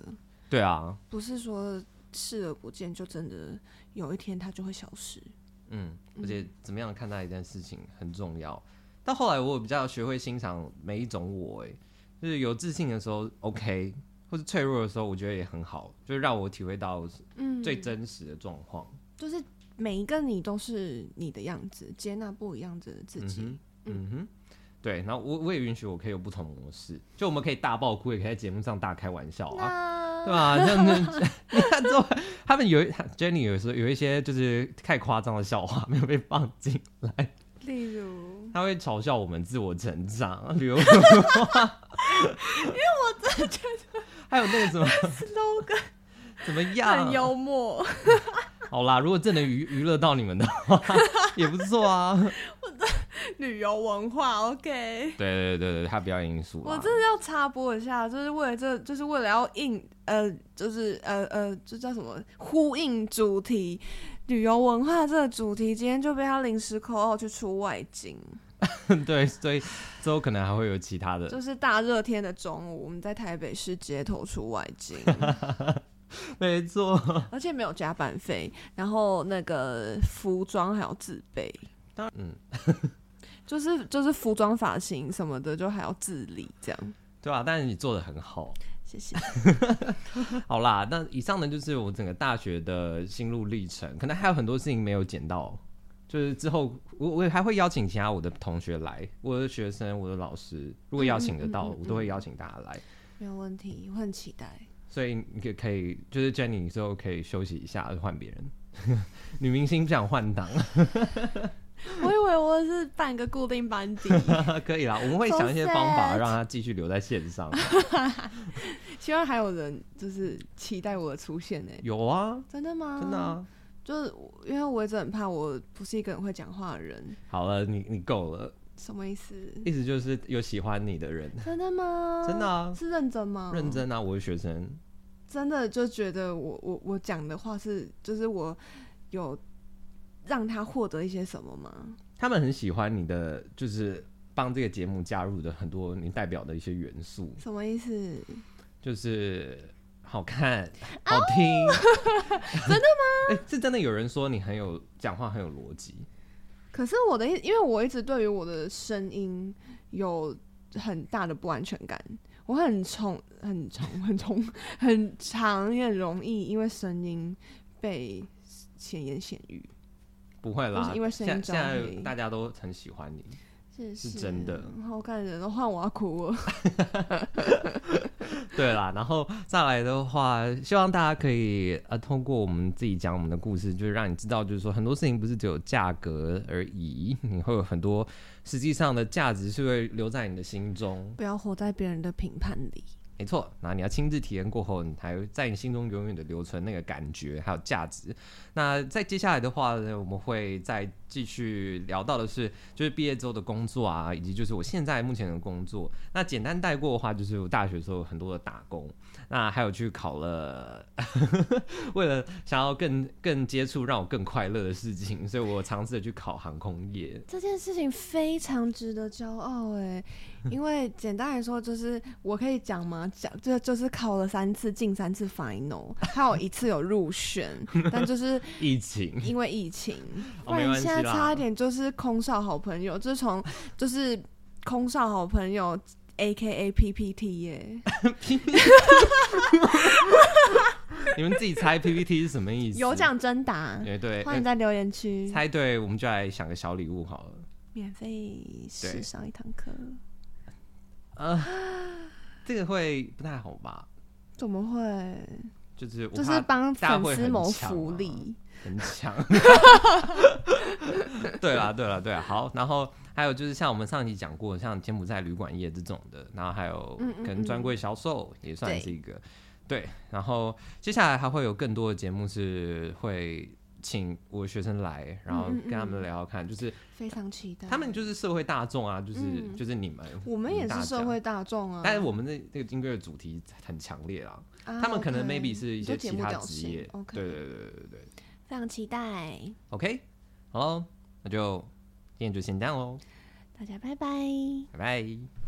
A: 对啊，
B: 不是说视而不见就真的有一天它就会消失。
A: 嗯，而且怎么样看待一件事情很重要。但后来我比较学会欣赏每一种我、欸，就是有自信的时候 OK，或者脆弱的时候，我觉得也很好，就是让我体会到
B: 嗯，
A: 最真实的状况。
B: 就是每一个你都是你的样子，接纳不一样的自
A: 嗯
B: 己。
A: 哼，嗯哼，对。然后我我也允许我可以有不同模式，就我们可以大爆哭，也可以在节目上大开玩笑啊。
B: 那
A: 对吧？这样子，你看之后，他们有一 Jenny 有时候有一些就是太夸张的笑话没有被放进来，
B: 例如，
A: 他会嘲笑我们自我成长、 *laughs* 流因为我真的觉得还有那个什么 *laughs*
B: slogan
A: 怎么
B: 很
A: 样？
B: 幽默，
A: 好啦，如果真的娱娱乐到你们的话， *laughs* 也不错啊。
B: 旅游文 *laughs* 化，OK。
A: 对对对对，他表演因素
B: 我
A: 啦。
B: 真的要插播一下，就是为了这，就是为了要应呃，就是呃呃，就叫什么呼应主题，旅游文化这个主题，今天就被他临时口号去出外景，
A: *laughs* 对，所以之后可能还会有其他的。
B: 就是大热天的中午，我们在台北市街头出外景，
A: 没错，
B: 而且没有加班费，然后那个服装还要自备，
A: 当然嗯，
B: *laughs* 就是就是服装、发型什么的，就还要自理这样。
A: 对吧、但是你做的很好。
B: 谢谢。
A: 好啦，那以上呢就是我整个大学的心路历程，可能还有很多事情没有剪到，就是之后我我还会邀请其他我的同学来，我的学生、我的老师，如果邀请得到，
B: 嗯嗯嗯嗯嗯
A: 我都会邀请大家来。
B: 没有问题，我很期待。
A: 所以你可可以，就是 Jenny 你之后可以休息一下，换别人。 *laughs* 女明星不想换档，
B: 我以为我是办个固定班底， *laughs*
A: 可以啦，我们会想一些方
B: So
A: 法
B: sad
A: 让她继续留在线上。
B: 希望还有人就是期待我的出现呢、
A: 有啊，
B: 真的吗？
A: 真的啊。
B: 就是我因为我一直很怕我不是一个很会讲话的人，
A: 好了，你你够了，
B: 什么意思？
A: 意思就是有喜欢你的人，
B: 真的吗？
A: 真的啊，
B: 是认真吗？
A: 认，真啊，我的学生。
B: 真的就觉得我我我讲的话是，就是我有让他获得一些什么吗？
A: 他们很喜欢你的，就是帮这个节目加入的很多你代表的一些元素，
B: 什么意思？
A: 就是好
B: 哦
A: 看、好
B: *laughs*
A: 听，真的吗？ *laughs* 哎、是真的有人说你很有讲话很有逻辑，
B: 可是我的意，因为我一直对于我的声音有很大的不安全感，我很宠、很宠、 *laughs* 很宠、很长，也很容易因为声音被闲言闲语。
A: 不会啦
B: 不，是因为声
A: 现
B: 音
A: 在现
B: 焦虑
A: 在大家都很喜欢你， *laughs*
B: 是
A: 是真的
B: 好感人哦，换我要哭了。
A: 对啦。然后再来的话，希望大家可以呃通过我们自己讲我们的故事，就是让你知道，就是说很多事情不是只有价格而已，你会有很多实际上的价值是会留在你的心中。
B: 不要活在别人的评判里。
A: 没错，然后你要亲自体验过后，你才会在你心中永远的留存那个感觉还有价值。那在接下来的话呢，我们会再继续聊到的是，就是毕业之后的工作啊，以及就是我现在目前的工作。那简单带过的话，就是我大学时候有很多的打工，那还有去考了， *laughs* 为了想要更更接触让我更快乐的事情，所以我尝试着去考航空业。
B: 这件事情非常值得骄傲哎，因为简单来说就是我可以讲吗？讲就就是考了三次，进三次 final，还有一次有入
A: *laughs*
B: 选，但就是
A: 疫情，
B: 因为疫情，
A: 哦
B: 不然
A: 没关
B: 现
A: 系啦
B: 在差一点就是空少好朋友，就是从就是空少好朋友 A K A P P T 耶，
A: 你们自己猜 PPT *laughs* 是什么意思？
B: 有奖征答，
A: 对对，
B: 欢迎在留言区
A: 猜对，我们就来想个小礼物好了。
B: 免费试上一堂课，
A: 这个会不太好吧？
B: 怎么会？
A: 就是我
B: 就是
A: 怕
B: 帮
A: 大家
B: 粉
A: 会
B: 丝
A: 很
B: 谋
A: 抢
B: 福
A: 啊
B: 利。
A: 很强。 *laughs* 对啦，对啦，对啦，好。然后还有就是像我们上一集讲过，像柬埔寨旅馆业这种的，然后还有
B: 嗯嗯
A: 可能专柜销售也算
B: 对
A: 是一个。对，然后接下来还会有更多的节目是会请我的学生来，然后
B: 嗯嗯
A: 跟他们聊聊看，就是
B: 非常期待。
A: 他们就是社会大众啊，就是、
B: 嗯
A: 就是你们，
B: 我们
A: 你
B: 也
A: 大
B: 是
A: 家
B: 社会大众啊，
A: 但是我们这这个音乐的主题很强烈啊，
B: 啊
A: 他们可能
B: OK，
A: maybe 是一
B: 你
A: 些
B: 说节
A: 其
B: 目
A: 他
B: 表
A: 职
B: 现
A: 业，
B: ，OK
A: 对对对对对，
B: 非常期待，
A: OK，好喽，那就今天就先这样喽，
B: 大家拜拜。
A: 拜拜。